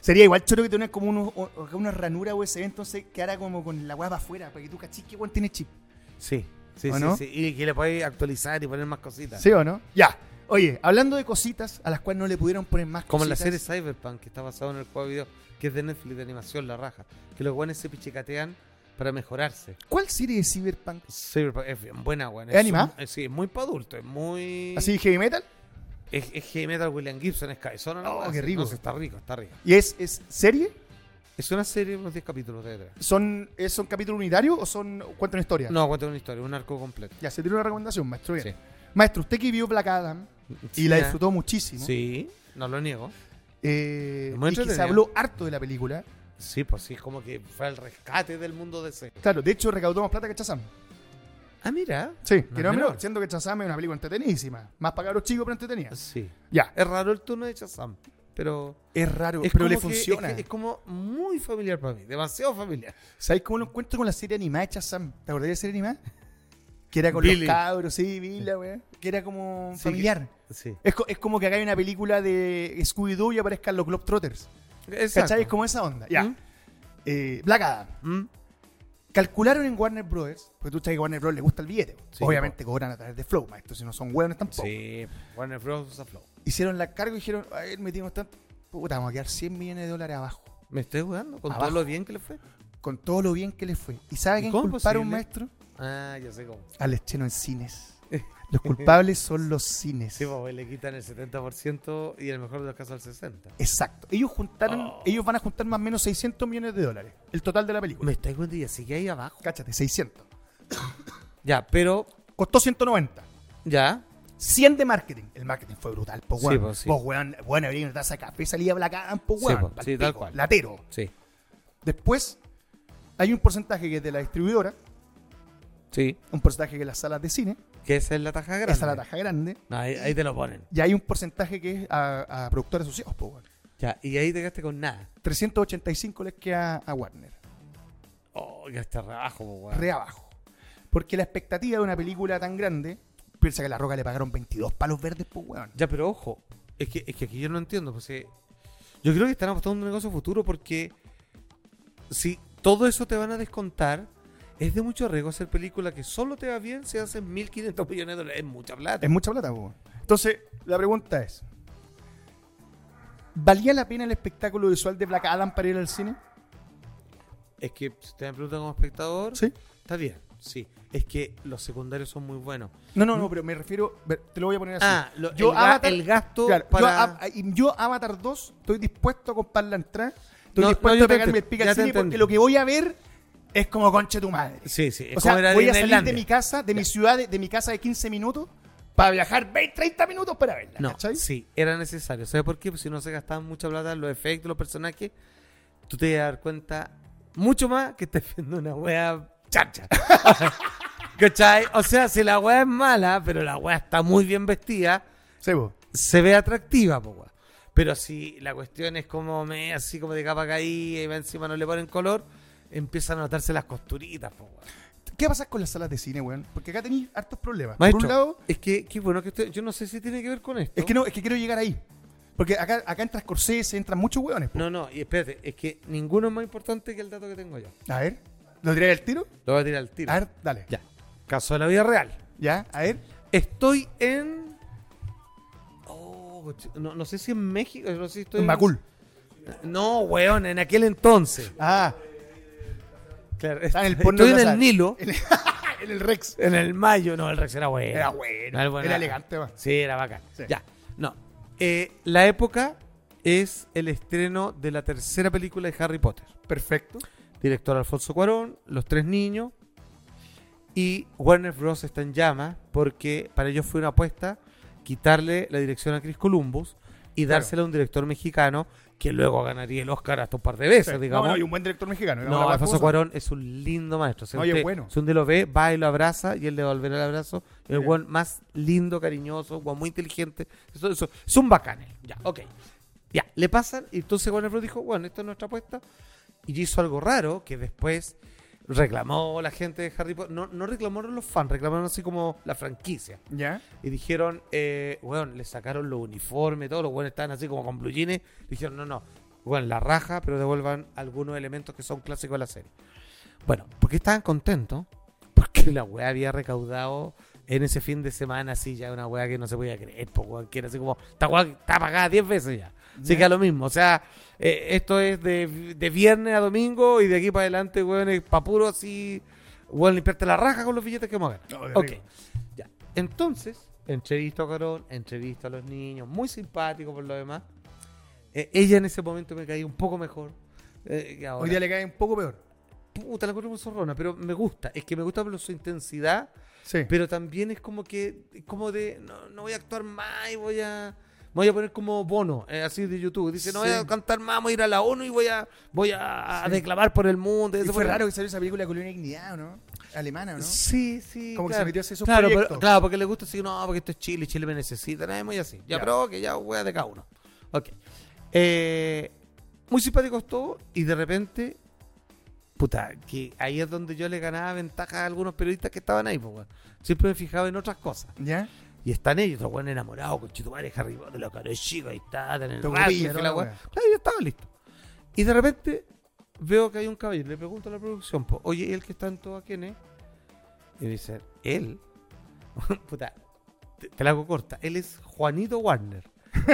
Speaker 1: Sería igual choro que tener como unos- o- o- una ranura USB, entonces que ahora como con la guapa afuera, para que tú cachis que igual tiene chip.
Speaker 2: Sí, sí,
Speaker 1: ¿O
Speaker 2: sí,
Speaker 1: no?
Speaker 2: sí. Y que le podéis actualizar y poner más cositas.
Speaker 1: ¿Sí o no? Ya. Oye, hablando de cositas a las cuales no le pudieron poner más
Speaker 2: Como en la serie
Speaker 1: cositas.
Speaker 2: Cyberpunk, que está basado en el juego de video, que es de Netflix de animación, la raja. Que los guanes se pichicatean para mejorarse.
Speaker 1: ¿Cuál serie de Cyberpunk?
Speaker 2: Cyberpunk pues, es bien buena, weón.
Speaker 1: ¿Es animada?
Speaker 2: un- eh, Sí, es muy para adulto, es muy.
Speaker 1: ¿Así heavy metal?
Speaker 2: Es, es heavy metal William Gibson, es cabezona. la
Speaker 1: Oh,
Speaker 2: weá,
Speaker 1: qué
Speaker 2: sí,
Speaker 1: rico.
Speaker 2: no, sí, está rico, está rico.
Speaker 1: ¿Y es, es serie?
Speaker 2: Es una serie de unos 10 capítulos de detrás.
Speaker 1: ¿Son, es, son capítulos unitarios o son cuentan una historia?
Speaker 2: No, cuenta una historia, un arco completo.
Speaker 1: Ya, se tiene una recomendación, maestro. Bien.
Speaker 2: Sí.
Speaker 1: Maestro, usted que vio Black Adam y
Speaker 2: Sí,
Speaker 1: la
Speaker 2: ya.
Speaker 1: disfrutó muchísimo.
Speaker 2: Sí, no lo niego.
Speaker 1: eh,
Speaker 2: Muy
Speaker 1: y que se
Speaker 2: entretenida.
Speaker 1: habló harto de la película.
Speaker 2: Sí, pues sí, como que fue el rescate del mundo de ese.
Speaker 1: Claro, de hecho recaudó más plata que Chazam.
Speaker 2: Ah, mira.
Speaker 1: Sí,
Speaker 2: No
Speaker 1: que
Speaker 2: es
Speaker 1: no es
Speaker 2: menor.
Speaker 1: menor, siendo que Chazam es una película entretenidísima. Más para cabros chicos, pero entretenida.
Speaker 2: Sí.
Speaker 1: Ya.
Speaker 2: Es raro el turno de Chazam, pero.
Speaker 1: Es raro,
Speaker 2: es
Speaker 1: pero
Speaker 2: como
Speaker 1: le
Speaker 2: que-
Speaker 1: funciona.
Speaker 2: Es, que- es como muy familiar para mí, demasiado familiar.
Speaker 1: ¿Sabéis cómo lo encuentro con la serie animada de Chazam? ¿Te acordás de la serie animada? Que era con
Speaker 2: Billy.
Speaker 1: los cabros, sí, Billy, la weá. Que era como
Speaker 2: Sí,
Speaker 1: familiar.
Speaker 2: Sí.
Speaker 1: Es, co- es como que acá hay una película de Scooby-Doo y aparezcan los Globetrotters.
Speaker 2: Exacto.
Speaker 1: ¿Cachai? Es como esa onda. Ya.
Speaker 2: ¿Mm?
Speaker 1: Eh, Black Adam.
Speaker 2: ¿Mm?
Speaker 1: Calcularon en Warner Brothers, porque tú sabes que a Warner Bros. le gusta el billete.
Speaker 2: Sí,
Speaker 1: Obviamente cobran a través de Flow, maestro, si no son hueones tampoco.
Speaker 2: Sí, Warner Bros. usa Flow.
Speaker 1: Hicieron la carga y dijeron, a ver, metimos tanto. Puta, vamos a quedar 100 millones de dólares abajo.
Speaker 2: Me estoy jugando con
Speaker 1: Abajo.
Speaker 2: todo lo bien que le fue.
Speaker 1: Con todo lo bien que les fue. ¿Y sabe
Speaker 2: ¿Y
Speaker 1: quién
Speaker 2: cómo es
Speaker 1: culparon,
Speaker 2: posible?
Speaker 1: maestro?
Speaker 2: Ah, ya sé cómo.
Speaker 1: Al estreno en cines. Los culpables son los cines.
Speaker 2: Eh. Sí, pues le quitan el 70% y en el mejor de los casos el 60%.
Speaker 1: Exacto. Ellos juntaron,
Speaker 2: Oh.
Speaker 1: ellos van a juntar más o menos 600 millones de dólares. El total de la película.
Speaker 2: Me estoy jugando y así que ahí abajo.
Speaker 1: Cáchate, 600.
Speaker 2: Ya, pero,
Speaker 1: Costó 190.
Speaker 2: ya.
Speaker 1: 100 de marketing. El marketing fue brutal, po,
Speaker 2: Sí,
Speaker 1: weón.
Speaker 2: po, sí.
Speaker 1: Vos, weón, weón, abrí una taza de café, salía Blacán, po,
Speaker 2: Sí,
Speaker 1: pues, weón.
Speaker 2: po,
Speaker 1: pal
Speaker 2: sí,
Speaker 1: pico,
Speaker 2: tal cual.
Speaker 1: Latero.
Speaker 2: Sí,
Speaker 1: Después, hay un porcentaje que es de la distribuidora,
Speaker 2: sí.
Speaker 1: un porcentaje que es las salas de cine,
Speaker 2: Que esa es la taja grande.
Speaker 1: esa es la taja grande,
Speaker 2: No, ahí, ahí te lo ponen.
Speaker 1: y hay un porcentaje que es a, a productores asociados, po, weón.
Speaker 2: Ya, y ahí te quedaste con nada.
Speaker 1: 385 les queda a Warner.
Speaker 2: Oh, ya está re abajo, po, weón.
Speaker 1: re abajo. Porque la expectativa de una película tan grande, piensa que a la roca le pagaron 22 palos verdes, pues weón.
Speaker 2: Ya, pero ojo, es que, es que aquí yo no entiendo. Pues, eh, yo creo que están apostando a un negocio futuro porque si todo eso te van a descontar, es de mucho riesgo hacer película que solo te va bien si haces 1.500 millones de dólares. Es mucha plata.
Speaker 1: Es mucha plata, pues. weón. Entonces, la pregunta es: ¿valía la pena el espectáculo visual de Black Adam para ir al cine?
Speaker 2: Es que si te preguntan como espectador,
Speaker 1: Sí.
Speaker 2: está bien. Sí, es que los secundarios son muy buenos.
Speaker 1: No, no, no, pero me refiero. ver, Te lo voy a poner así.
Speaker 2: Ah, lo-
Speaker 1: yo
Speaker 2: el, ga-
Speaker 1: Avatar-
Speaker 2: el gasto
Speaker 1: Claro, yo
Speaker 2: para...
Speaker 1: Av- y yo, Avatar 2, estoy dispuesto a comprar la entrada. Estoy
Speaker 2: No,
Speaker 1: dispuesto
Speaker 2: no, yo
Speaker 1: a
Speaker 2: te
Speaker 1: pegarme el
Speaker 2: entiendo,
Speaker 1: pica al
Speaker 2: ya te
Speaker 1: cine porque
Speaker 2: entendí.
Speaker 1: lo que voy a ver es como conche tu madre.
Speaker 2: Sí, sí. es
Speaker 1: O sea,
Speaker 2: como era
Speaker 1: voy a salir de
Speaker 2: Disneylandia.
Speaker 1: mi casa, de mi ciudad, de, de mi casa de 15 minutos, para viajar 20, 30 minutos para verla.
Speaker 2: No,
Speaker 1: ¿cachai?
Speaker 2: sí, era necesario. ¿Sabes por qué? Pues si no se gastaban mucha plata en los efectos, los personajes, tú te vas a dar cuenta mucho más que estás viendo una wea
Speaker 1: (laughs)
Speaker 2: charcha. ¿Cachai? O sea, si la wea es mala, pero la wea está muy bien vestida,
Speaker 1: Sí, po.
Speaker 2: se ve atractiva, po, wea. Pero si la cuestión es como me, así como de capa caída y va encima no le ponen color, empiezan a notarse las costuritas, po, wea.
Speaker 1: ¿Qué va a pasar con las salas de cine, weón? Porque acá tenéis hartos problemas.
Speaker 2: Maestro,
Speaker 1: Por un lado,
Speaker 2: es que, qué bueno que usted- yo no sé si tiene que ver con esto.
Speaker 1: es que no, es que quiero llegar ahí. Porque acá, acá entra Scorsese, entran muchos weones. po.
Speaker 2: No, no, y espérate, es que ninguno es más importante que el dato que tengo yo.
Speaker 1: A ver, ¿lo tiré al tiro?
Speaker 2: Lo voy a tirar al tiro.
Speaker 1: A ver, dale.
Speaker 2: Ya. Caso de la vida real.
Speaker 1: Ya, a ver.
Speaker 2: Estoy en. Oh, ch- no, no sé si en México. No sé si estoy
Speaker 1: En Macul.
Speaker 2: No, weón, en aquel entonces.
Speaker 1: Ah,
Speaker 2: Claro,
Speaker 1: está en el porno
Speaker 2: estoy
Speaker 1: de
Speaker 2: en
Speaker 1: Lazar.
Speaker 2: el Nilo.
Speaker 1: (laughs) en en el Rex.
Speaker 2: En el mayo, no, el Rex era bueno.
Speaker 1: Era bueno,
Speaker 2: No,
Speaker 1: era elegante, va.
Speaker 2: Sí, era bacán.
Speaker 1: Sí.
Speaker 2: Ya. No. Eh, la época es el estreno de la tercera película de Harry Potter.
Speaker 1: Perfecto.
Speaker 2: director Alfonso Cuarón, Los Tres Niños y Warner Bros. está en llamas porque para ellos fue una apuesta quitarle la dirección a Chris Columbus y
Speaker 1: Claro.
Speaker 2: dársela a un director mexicano que luego ganaría el Oscar hasta un par de veces,
Speaker 1: Sí.
Speaker 2: digamos.
Speaker 1: No, no, y un buen director mexicano. digamos,
Speaker 2: No,
Speaker 1: la
Speaker 2: Alfonso
Speaker 1: cosa.
Speaker 2: Cuarón es un lindo maestro. Si
Speaker 1: No, y es
Speaker 2: usted-
Speaker 1: bueno.
Speaker 2: Si uno lo ve, va y lo abraza y él le devolverá el abrazo. El
Speaker 1: Mira.
Speaker 2: weón más lindo, cariñoso, weón muy inteligente. Eso- eso- es un bacán él. Ya, ok. Ya, le pasan y entonces Warner Bros. dijo, bueno, esto es nuestra apuesta. Y hizo algo raro que después reclamó la gente de Harry Potter. No, no reclamaron los fans, reclamaron así como la franquicia.
Speaker 1: Ya.
Speaker 2: Y dijeron, eh, weón, le sacaron los uniformes, todos los weones estaban así como con blue jeans. Dijeron, no, no, weón, la raja, pero devuelvan algunos elementos que son clásicos de la serie. Bueno, ¿por qué estaban contentos? Porque la weá había recaudado en ese fin de semana, así ya una weá que no se podía creer, po, weón, que era así como, esta weá está pagada 10 veces ya. Así que a lo mismo, o sea, eh, esto es de, de viernes a domingo y de aquí para adelante, weón, es pa' puro así, weón, limpiarte la raja con los billetes que hemos ganado.
Speaker 1: No, de
Speaker 2: Ok,
Speaker 1: rico.
Speaker 2: ya. Entonces, entrevisto a Carón, entrevisto a los niños, muy simpático por lo demás. Eh, ella en ese momento me caía un poco mejor. eh, que ahora.
Speaker 1: Hoy día le cae un poco peor.
Speaker 2: Puta, la encuentro muy zorrona, pero me gusta. Es que me gusta por su intensidad,
Speaker 1: Sí.
Speaker 2: pero también es como que, como de, no, no voy a actuar más y voy a... Me voy a poner como bono, eh, así de YouTube. Dice, no voy a
Speaker 1: Sí.
Speaker 2: cantar más, voy a ir a la ONU y voy a, voy a, a
Speaker 1: Sí.
Speaker 2: declamar por el mundo. y
Speaker 1: Y
Speaker 2: eso
Speaker 1: fue
Speaker 2: por-
Speaker 1: raro que salió esa película con una dignidad, ¿o ¿no? Alemana, ¿o ¿no?
Speaker 2: Sí, sí.
Speaker 1: Como que se metió hacia esos
Speaker 2: claro,
Speaker 1: proyectos.
Speaker 2: pero- claro, porque le gusta decir, no, porque esto es Chile, Chile me necesita, nada más y así. Ya,
Speaker 1: Ya.
Speaker 2: pero que ya wea de cada uno. Ok. Eh, muy simpáticos todos y de repente, puta, que ahí es donde yo le ganaba ventaja a algunos periodistas que estaban ahí, pues, weón. Siempre me fijaba en otras cosas.
Speaker 1: ¿Ya?
Speaker 2: Y están ellos, otros weón enamorados, con Chitumares, Harry Potter, los caros chicos, ahí está, en el
Speaker 1: Los
Speaker 2: radio,
Speaker 1: gorilas,
Speaker 2: que
Speaker 1: toda
Speaker 2: la
Speaker 1: la
Speaker 2: weá.
Speaker 1: wea.
Speaker 2: Claro, yo estaba listo. Y de repente veo que hay un caballero, le pregunto a la producción, po, oye, ¿y el que está en todo a quién es? Y me dicen, ¿él? (laughs) Puta, te, te la hago corta. Él es Juanito Warner.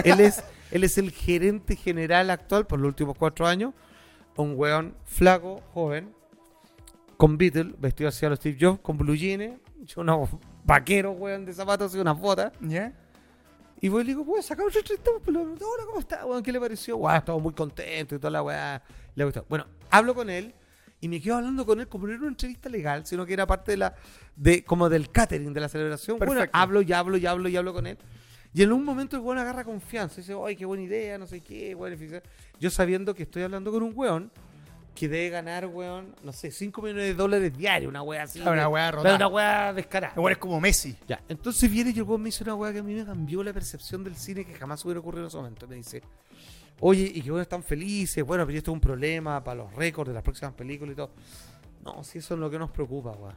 Speaker 2: Él es, él es el gerente general actual por los últimos cuatro años. Un weón flaco, joven, con Beatle, vestido hacia los Steve Jobs, con blue jeans, yo unos vaqueros, weón, de zapatos y unas botas.
Speaker 1: ¿Ya?
Speaker 2: Y voy y le digo, pues sacamos el entrevistamos, pero le pregunto, hola, ¿cómo está, weón? ¿Qué le pareció? Guau, estaba muy contento y toda la weá. Le gustó. Bueno, hablo con él y me quedo hablando con él como no era una entrevista legal, sino que era parte de la, de, como del catering, de la celebración. Bueno,
Speaker 1: Perfecto.
Speaker 2: hablo y hablo y hablo y hablo con él. Y en un momento el weón agarra confianza y dice, ay, qué buena idea, no sé qué, weón. y fíjate, Yo sabiendo que estoy hablando con un weón que debe ganar, weón, no sé, 5 millones de dólares diarios, una weá así.
Speaker 1: Ah, una
Speaker 2: que-
Speaker 1: weá rodada.
Speaker 2: Una weá descarada.
Speaker 1: Igual es como Messi.
Speaker 2: Ya, entonces viene y el weón me hizo una weá que a mí me cambió la percepción del cine que jamás hubiera ocurrido en ese momento. Me dice, oye, y que bueno, están felices, bueno, pero esto es un problema para los récords de las próximas películas y todo. No, si eso es lo que nos preocupa, weón.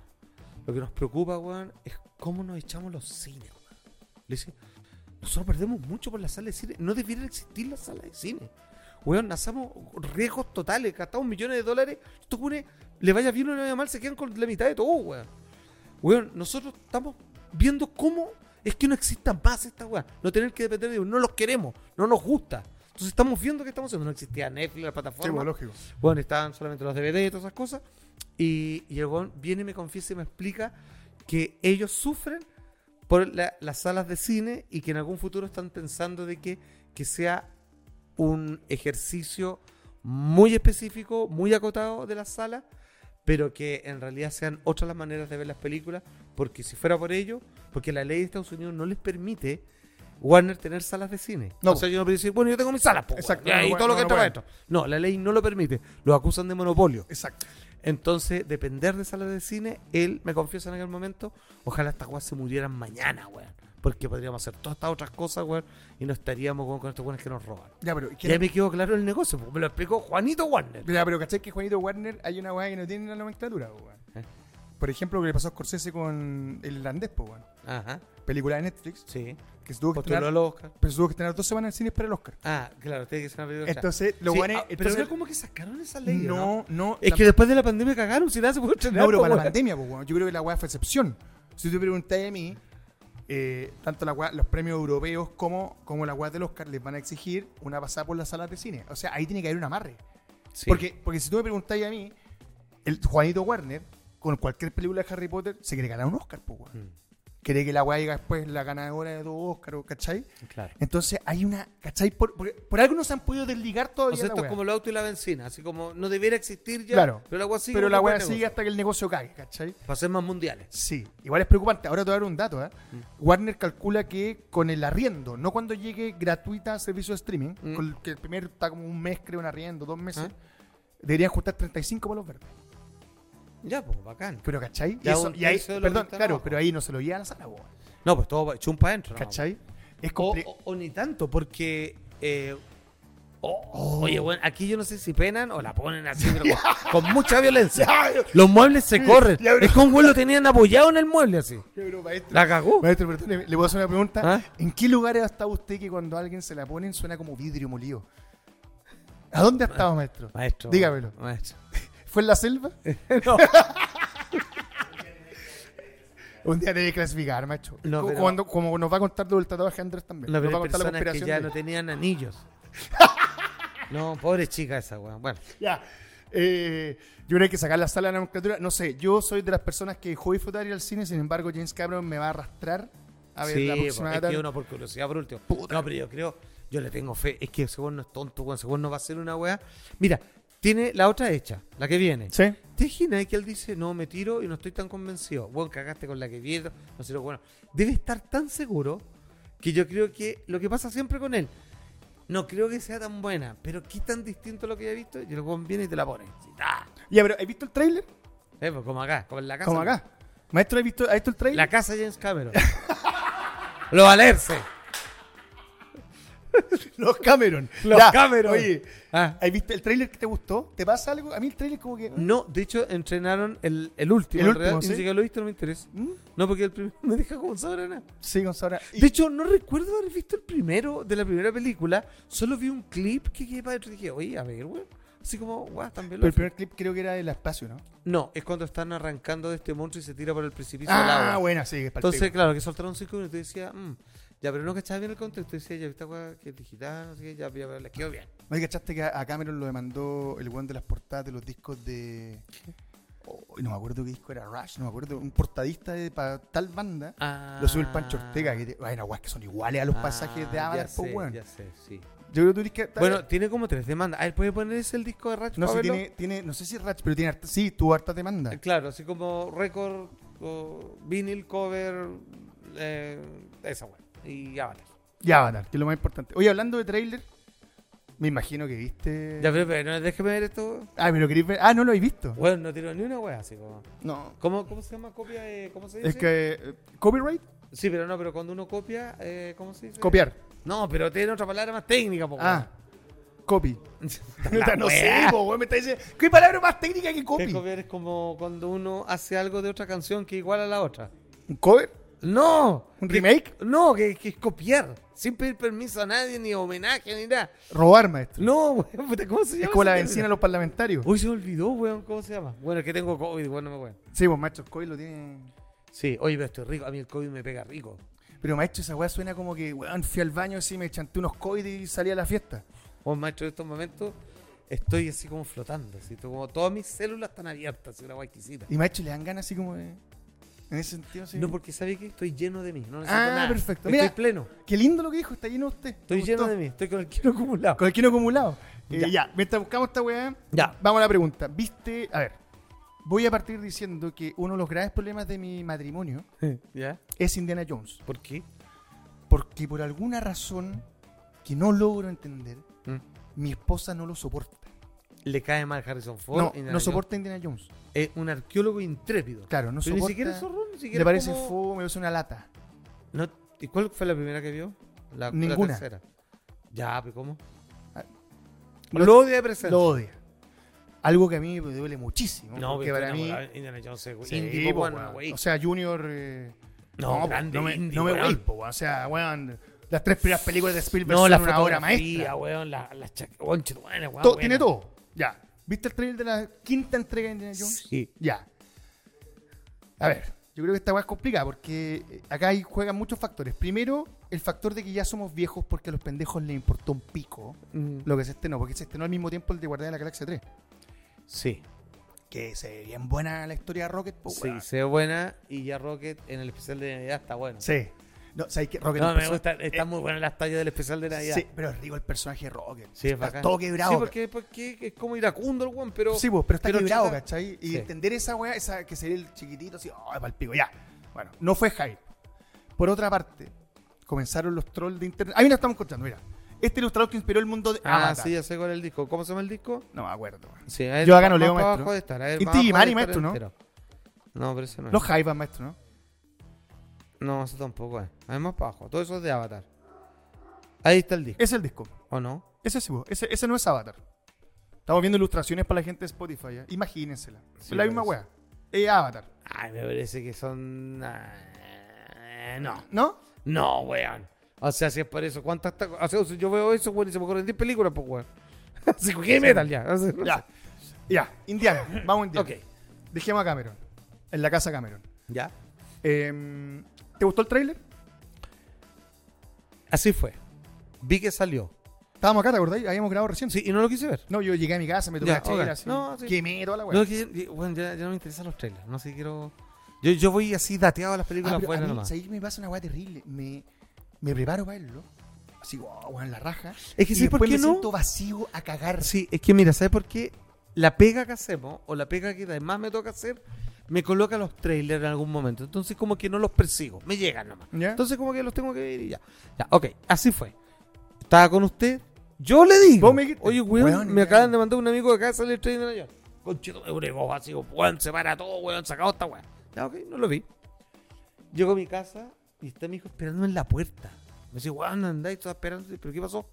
Speaker 2: Lo que nos preocupa, weón, es cómo nos echamos los cines, weón. Le dice, nosotros perdemos mucho por la sala de cine. No debiera existir la sala de cine. Weón, hacemos riesgos totales, gastamos millones de dólares. Estos weones, le vaya bien o le vaya mal, se quedan con la mitad de todo, weón. Weón, nosotros estamos viendo cómo es que no existan más esta weá. No tener que depender de no los queremos, no nos gusta. Entonces estamos viendo que estamos haciendo. No existía Netflix, la
Speaker 1: Sí,
Speaker 2: plataforma.
Speaker 1: pues, lógico.
Speaker 2: Bueno, estaban solamente los DVD y todas esas cosas. Y, y el weón viene y me confiesa y me explica que ellos sufren por la- las salas de cine y que en algún futuro están pensando de que, que sea un ejercicio muy específico, muy acotado de la sala, pero que en realidad sean otras las maneras de ver las películas, porque si fuera por ello, porque la ley de Estados Unidos no les permite Warner tener salas de cine.
Speaker 1: No.
Speaker 2: O sea, yo no puedo decir, bueno, yo tengo mis salas, po,
Speaker 1: Exacto,
Speaker 2: weón, y
Speaker 1: no,
Speaker 2: todo
Speaker 1: no,
Speaker 2: lo que
Speaker 1: no
Speaker 2: está para
Speaker 1: pueden.
Speaker 2: esto. No, la ley no lo permite. Los acusan de monopolio.
Speaker 1: Exacto.
Speaker 2: Entonces, depender de salas de cine, él me confiesa en aquel momento, ojalá estas weas se murieran mañana, weón. Porque podríamos hacer todas estas otras cosas, weón, y no estaríamos weón, con estos weones que nos roban.
Speaker 1: Ya, pero,
Speaker 2: Ya me quedó claro el negocio, porque me lo explicó Juanito Warner.
Speaker 1: ya, pero ¿cachai que Juanito Warner hay una weá que no tiene la nomenclatura, po, weón?
Speaker 2: ¿Eh?
Speaker 1: Por ejemplo, lo que le pasó a Scorsese con El Irlandés, po, weón.
Speaker 2: Ajá,
Speaker 1: Película de Netflix,
Speaker 2: sí.
Speaker 1: que se tuvo que,
Speaker 2: Postuló
Speaker 1: estrenar,
Speaker 2: al Oscar.
Speaker 1: pero se tuvo que estrenar dos semanas en cines para el Oscar.
Speaker 2: Ah, claro, tiene que ser una película.
Speaker 1: Entonces, lo
Speaker 2: Sí,
Speaker 1: bueno
Speaker 2: ah, pero era como que sacaron esa ley, ¿o ¿no?
Speaker 1: no, no,
Speaker 2: Es
Speaker 1: la-
Speaker 2: que después de la pandemia cagaron, si nada se puede
Speaker 1: No,
Speaker 2: entrenar.
Speaker 1: pero para la
Speaker 2: weón.
Speaker 1: pandemia, pues, weón. yo creo que la weá fue excepción. Si tú te preguntas a mí, eh, tanto la weá- los premios europeos como, como la weá del Oscar les van a exigir una pasada por las salas de cine. O sea, ahí tiene que haber un amarre.
Speaker 2: Sí.
Speaker 1: Porque, porque si tú me preguntáis a mí, el Juanito Warner, con cualquier película de Harry Potter, se quiere ganar un Oscar, pues, weón.
Speaker 2: Mm,
Speaker 1: Quiere que la weá llega después la ganadora de dos Oscar, o, ¿cachai?
Speaker 2: Claro.
Speaker 1: Entonces hay una, ¿cachai? Por, por, por algo no se han podido desligar todavía.
Speaker 2: O sea,
Speaker 1: la
Speaker 2: esto es
Speaker 1: weá.
Speaker 2: como el auto y la benzina, así como no debiera existir ya,
Speaker 1: Claro.
Speaker 2: pero la agua sigue.
Speaker 1: Pero la
Speaker 2: weá
Speaker 1: weá sigue hasta que el negocio cae, ¿cachai?
Speaker 2: Para ser más mundiales.
Speaker 1: Sí, igual es preocupante. Ahora te voy a dar un dato. ¿eh?
Speaker 2: Mm.
Speaker 1: Warner calcula que con el arriendo, no cuando llegue gratuita a servicio de streaming,
Speaker 2: Mm.
Speaker 1: con el- que el primer está como un mes, creo, un arriendo, dos meses,
Speaker 2: Ah.
Speaker 1: deberían ajustar 35 palos verdes.
Speaker 2: Ya, pues, bacán.
Speaker 1: Pero, ¿cachai? Y,
Speaker 2: Ya
Speaker 1: eso-
Speaker 2: un
Speaker 1: y ahí,
Speaker 2: tercio de lo que
Speaker 1: perdón,
Speaker 2: está
Speaker 1: claro,
Speaker 2: abajo.
Speaker 1: pero ahí no se lo lleva a la sala, boba,
Speaker 2: No, pues todo va- chumpa adentro. nomás.
Speaker 1: ¿cachai? Es
Speaker 2: O,
Speaker 1: compli-
Speaker 2: o- o ni tanto, porque. eh, oh, oh, oye, bueno, aquí yo no sé si penan o la ponen así, pero
Speaker 1: (laughs)
Speaker 2: con, con mucha violencia. Los muebles se corren.
Speaker 1: ya, pero-
Speaker 2: Es que un güey lo tenían apoyado en el mueble así.
Speaker 1: Ya, pero, maestro,
Speaker 2: La cagó.
Speaker 1: maestro, perdón, le le puedo hacer una pregunta.
Speaker 2: ¿Ah?
Speaker 1: ¿En qué lugares ha estado usted que cuando alguien se la ponen suena como vidrio molido? ¿A dónde ha estado, maestro?
Speaker 2: Maestro.
Speaker 1: Dígamelo.
Speaker 2: Maestro.
Speaker 1: ¿Fue en la selva?
Speaker 2: (laughs) No.
Speaker 1: (laughs) Un día tenés que clasificar, macho.
Speaker 2: No,
Speaker 1: como,
Speaker 2: pero-
Speaker 1: cuando- como nos va a contar del tatuaje Andrés también.
Speaker 2: La
Speaker 1: nos va a contar
Speaker 2: verdad
Speaker 1: la
Speaker 2: personas que
Speaker 1: conspiración.
Speaker 2: ya
Speaker 1: de-
Speaker 2: no tenían
Speaker 1: (laughs)
Speaker 2: anillos. No, pobre chica esa, weón. Bueno,
Speaker 1: Ya. Eh, yo creo que sacar la sala de la nomenclatura. No sé, yo soy de las personas que dejó disfrutar ir al cine, sin embargo, James Cameron me va a arrastrar a ver
Speaker 2: sí,
Speaker 1: la
Speaker 2: pues,
Speaker 1: próxima
Speaker 2: es
Speaker 1: tarde.
Speaker 2: que uno por curiosidad por último. No, pero yo creo, yo le tengo fe. Es que ese weón no es tonto, weón. Ese weón no va a ser una weá. Mira, tiene la otra hecha, la que viene.
Speaker 1: Sí.
Speaker 2: ¿Te imaginas que él dice, no, me tiro y no estoy tan convencido? Bueno, cagaste con la que vi, no sé lo bueno. Debe estar tan seguro que yo creo que lo que pasa siempre con él, no creo que sea tan buena, pero qué tan distinto a lo que ya he visto, y el weón viene y te la pone. Sí, ta.
Speaker 1: Ya, pero ¿has visto el trailer?
Speaker 2: Eh, pues, como acá, como en la casa.
Speaker 1: Como acá. Maestro, ¿has visto, has visto el trailer?
Speaker 2: La casa de James Cameron. (laughs) lo va a leerse.
Speaker 1: (laughs) Los Cameron.
Speaker 2: (laughs) Los
Speaker 1: Ya,
Speaker 2: Cameron.
Speaker 1: Oye,
Speaker 2: Ah.
Speaker 1: ¿has visto el trailer que te gustó? ¿Te pasa algo? A mí el trailer como que... mm,
Speaker 2: No, de hecho, entrenaron el, el último.
Speaker 1: El
Speaker 2: en
Speaker 1: último,
Speaker 2: realidad, y
Speaker 1: ¿sí?
Speaker 2: ni siquiera lo he visto, no me interesa.
Speaker 1: ¿Mm?
Speaker 2: No, porque el primero (laughs) me deja como sabor a nada.
Speaker 1: Sí, Gonzalo. Y-
Speaker 2: De hecho, no recuerdo haber visto el primero de la primera película. Solo vi un clip que quedé para adentro y dije, oye, a ver, weón. Así como, guau,
Speaker 1: Pero
Speaker 2: también lo
Speaker 1: el
Speaker 2: hacen.
Speaker 1: primer clip creo que era del espacio, ¿no?
Speaker 2: No, es cuando están arrancando de este monstruo y se tira por el precipicio al
Speaker 1: Ah,
Speaker 2: agua.
Speaker 1: bueno, sí, que es pa'l
Speaker 2: Entonces,
Speaker 1: pico.
Speaker 2: claro, que soltaron cinco minutos y decía, mm, ya, pero no cachaba bien el contexto. Y decía, ya, esta weá que es digital, no sé qué, ya, ya, le quedó bien.
Speaker 1: ¿No hay cachaste que a a Cameron lo demandó el weón de las portadas de los discos de. Oh, no me acuerdo qué disco era Rush, no me acuerdo. Un portadista de para tal banda. Lo subió el Pancho Ortega. Que te- bueno, guas que son iguales a los
Speaker 2: Ah,
Speaker 1: pasajes de Avatar,
Speaker 2: ya
Speaker 1: po,
Speaker 2: sé,
Speaker 1: weón.
Speaker 2: ya sé, sí.
Speaker 1: Yo creo que tú eres que. eh,
Speaker 2: Bueno, tiene como tres demandas. A ver, ¿puede ponerse el disco de Ratch?
Speaker 1: no
Speaker 2: pa'
Speaker 1: sé,
Speaker 2: verlo?
Speaker 1: tiene, Ah. tiene, no sé si Ratch, pero tiene harta, sí, tuvo harta demanda.
Speaker 2: Eh, Claro, así como récord, o vinil, cover, eh, esa weá. Y Avatar.
Speaker 1: Y Avatar, que es lo más importante. Oye, hablando de trailer, me imagino que viste.
Speaker 2: Ya, pero, pero no, déjeme ver esto.
Speaker 1: Ah, pero querés ver. Ah, no lo habéis visto.
Speaker 2: Bueno, no tiró ni una weá, así como.
Speaker 1: No.
Speaker 2: ¿Cómo, ¿Cómo se llama copia? eh, ¿Cómo se dice?
Speaker 1: Es que. eh, ¿Copyright?
Speaker 2: Sí, pero no, pero cuando uno copia, eh, ¿cómo se dice?
Speaker 1: Copiar.
Speaker 2: No, pero tiene otra palabra más técnica, po.
Speaker 1: Ah, copy. (laughs)
Speaker 2: weón. Oh, (laughs) La
Speaker 1: no sé,
Speaker 2: weá.
Speaker 1: po, weón, me está diciendo. ¿Qué palabra más técnica que
Speaker 2: Que
Speaker 1: copy?
Speaker 2: copiar es como cuando uno hace algo de otra canción que igual a la otra.
Speaker 1: ¿Un cover?
Speaker 2: No.
Speaker 1: ¿Un
Speaker 2: que-
Speaker 1: remake?
Speaker 2: No, que, que es copiar. Sin pedir permiso a nadie, ni homenaje, ni nada.
Speaker 1: Robar, maestro.
Speaker 2: No, (laughs) weón, puta, ¿cómo se llama?
Speaker 1: es como la
Speaker 2: esa
Speaker 1: benzina a
Speaker 2: mierda?
Speaker 1: los parlamentarios.
Speaker 2: Uy, se me olvidó, weón, ¿cómo se llama? Bueno, es que tengo COVID, weón, no me weón.
Speaker 1: Sí, pues maestro, el COVID lo tiene.
Speaker 2: Sí, oye, pero estoy rico. A mí el COVID me pega rico.
Speaker 1: Pero maestro, esa weá suena como que, weón, fui al baño así, me chanté unos COVID y salí a la fiesta.
Speaker 2: O maestro, en estos momentos estoy así como flotando. Así, como todas mis células están abiertas, así una guay exquisita.
Speaker 1: Y maestro, le dan ganas así como de- En ese sentido, sí.
Speaker 2: No, porque sabe que estoy lleno de mí. No necesito
Speaker 1: Ah,
Speaker 2: nada.
Speaker 1: perfecto.
Speaker 2: Estoy
Speaker 1: Mira.
Speaker 2: pleno.
Speaker 1: Qué lindo lo que dijo, está lleno usted. Me
Speaker 2: Estoy lleno
Speaker 1: gustó.
Speaker 2: de mí. Estoy con el quiero acumulado.
Speaker 1: Con el quino acumulado. Eh,
Speaker 2: Ya.
Speaker 1: ya. mientras buscamos esta weá,
Speaker 2: Ya.
Speaker 1: vamos a la pregunta. ¿Viste? A ver, voy a partir diciendo que uno de los graves problemas de mi matrimonio
Speaker 2: (laughs) ¿Ya?
Speaker 1: es Indiana Jones.
Speaker 2: ¿Por qué?
Speaker 1: Porque por alguna razón que no logro entender,
Speaker 2: Mm.
Speaker 1: mi esposa no lo soporta.
Speaker 2: Le cae mal Harrison Ford.
Speaker 1: No,
Speaker 2: Oh, Indiana
Speaker 1: no
Speaker 2: Jones.
Speaker 1: soporta Indiana Jones.
Speaker 2: Es un arqueólogo intrépido.
Speaker 1: Claro, no
Speaker 2: Pero
Speaker 1: soporta.
Speaker 2: ni siquiera es zorrón, ni siquiera
Speaker 1: le parece
Speaker 2: como-
Speaker 1: fome, es una lata.
Speaker 2: No, ¿Y cuál fue la primera que vio? La, la
Speaker 1: Ninguna.
Speaker 2: tercera. Ya, pero ¿cómo?
Speaker 1: Ah,
Speaker 2: Lo,
Speaker 1: lo-
Speaker 2: odia de presente.
Speaker 1: Lo odia. Algo que a mí me duele muchísimo.
Speaker 2: no,
Speaker 1: porque para mí.
Speaker 2: Indiana Jones es
Speaker 1: Sí,
Speaker 2: indie,
Speaker 1: po,
Speaker 2: po,
Speaker 1: weón.
Speaker 2: weón, pues, güey.
Speaker 1: o sea, Junior. eh,
Speaker 2: No,
Speaker 1: po,
Speaker 2: grande
Speaker 1: no me,
Speaker 2: indie,
Speaker 1: no me
Speaker 2: weón.
Speaker 1: voy, po, weón. O sea, weón. Las tres primeras películas de Spielberg
Speaker 2: No, la
Speaker 1: son una obra maestra.
Speaker 2: weón, la, la cha- weón, chetumana, weón,
Speaker 1: To-
Speaker 2: ah, buena.
Speaker 1: tiene todo. Ya. ¿Viste el trailer de la quinta entrega de Indiana Jones?
Speaker 2: Sí.
Speaker 1: Ya. A ver, yo creo que esta weá es complicada porque eh, acá hay- juegan muchos factores. Primero, el factor de que ya somos viejos porque a los pendejos les importó un pico
Speaker 2: Mm,
Speaker 1: lo que se estrenó, porque se estrenó al mismo tiempo el de Guardianes de la Galaxia 3.
Speaker 2: Sí.
Speaker 1: Que se ve bien buena la historia de Rocket, pues, po,
Speaker 2: Sí,
Speaker 1: weón.
Speaker 2: se ve buena y ya Rocket en el especial de Navidad está bueno.
Speaker 1: Sí. No, ¿sabes qué? Rocket
Speaker 2: No,
Speaker 1: es un
Speaker 2: me
Speaker 1: perso-
Speaker 2: gusta, está muy buena las tallas del especial de Navidad.
Speaker 1: Sí, pero es rico el personaje de Rocket.
Speaker 2: Sí, es
Speaker 1: Está
Speaker 2: bacán.
Speaker 1: todo quebrado.
Speaker 2: Sí, porque, porque es como iracundo el weón, pero.
Speaker 1: Sí, pues, pero está
Speaker 2: pero
Speaker 1: quebrado,
Speaker 2: chuta.
Speaker 1: ¿cachai? Y
Speaker 2: Sí.
Speaker 1: entender esa weá, esa que sería el chiquitito, así, oh, pa'l pico, ya. Bueno, no fue hype. Por otra parte, comenzaron los trolls de internet. Ahí nos estamos contando, mira. Este ilustrador que inspiró el mundo de
Speaker 2: Ah,
Speaker 1: Avatar.
Speaker 2: sí, ya sé cuál es el disco. ¿Cómo se llama el disco?
Speaker 1: No me acuerdo.
Speaker 2: Sí, a ver,
Speaker 1: Yo acá no
Speaker 2: más
Speaker 1: leo,
Speaker 2: para
Speaker 1: maestro.
Speaker 2: abajo de estar, a ver,
Speaker 1: Y
Speaker 2: más abajo
Speaker 1: Tigimari,
Speaker 2: de estar
Speaker 1: maestro, ¿no?
Speaker 2: entero. No, pero ese no es.
Speaker 1: Los hype, maestro, ¿no?
Speaker 2: No, eso tampoco es. A ver, más para abajo. Todo eso es de Avatar. Ahí está el disco.
Speaker 1: Ese es el disco.
Speaker 2: ¿O no?
Speaker 1: Ese sí, vos. ese, ese no es Avatar. Estamos viendo ilustraciones para la gente de Spotify. ¿eh? Imagínensela.
Speaker 2: Sí,
Speaker 1: la misma
Speaker 2: parece.
Speaker 1: weá. Es Avatar.
Speaker 2: Ay, me parece que son. ah, No.
Speaker 1: ¿No?
Speaker 2: No, weón. O sea, si es para eso, ¿cuántas ta- o sea, si yo veo eso, weón, y se me ocurren 10 películas, pues, weón. (laughs) Así que heavy metal ya. (laughs) Así-
Speaker 1: Ya. Ya. Indiana. Vamos a Indiana.
Speaker 2: Ok.
Speaker 1: Dejemos a Cameron. En la casa Cameron.
Speaker 2: Ya.
Speaker 1: Em, ¿Te gustó el tráiler?
Speaker 2: Así fue. Vi que salió.
Speaker 1: Estábamos acá, ¿te acordáis? Habíamos grabado recién.
Speaker 2: Sí, y no lo quise ver.
Speaker 1: No, yo llegué a mi casa, me tomé
Speaker 2: Ya,
Speaker 1: la chela,
Speaker 2: ok.
Speaker 1: así,
Speaker 2: No, sí.
Speaker 1: quemé toda la
Speaker 2: No
Speaker 1: weá.
Speaker 2: lo quise- y, bueno, ya, ya no me interesan los trailers. No sé, quiero. Yo, yo voy así dateado a las
Speaker 1: Ah,
Speaker 2: películas
Speaker 1: pero a
Speaker 2: buenas
Speaker 1: mí,
Speaker 2: nomás.
Speaker 1: ¿sabéis qué me pasa una weá terrible? Me, me preparo para verlo. Así, wow, weón, la raja.
Speaker 2: Es que
Speaker 1: y
Speaker 2: sí,
Speaker 1: después
Speaker 2: ¿por qué
Speaker 1: me
Speaker 2: no?
Speaker 1: siento vacío a cagar.
Speaker 2: Sí, es que mira, ¿sabes por qué? La pega que hacemos, o la pega que además me toca hacer, me coloca los trailers en algún momento. Entonces, como que no los persigo, me llegan nomás.
Speaker 1: ¿Ya?
Speaker 2: Entonces, como que los tengo que ver y ya. Ya, ok, así fue. Estaba con usted, yo le digo.
Speaker 1: Vos me dijiste,
Speaker 2: Oye, weón,
Speaker 1: weón,
Speaker 2: me
Speaker 1: ya.
Speaker 2: acaban de mandar un amigo de acá, sale el trailer allá. Conchito, me bregó, así, weón, se para todo, weón, sacado esta weón. Ya, ok, no lo vi. Llego a mi casa y está mi hijo esperándome en la puerta. Me dice, weón, andáis, estás esperando, pero ¿qué pasó?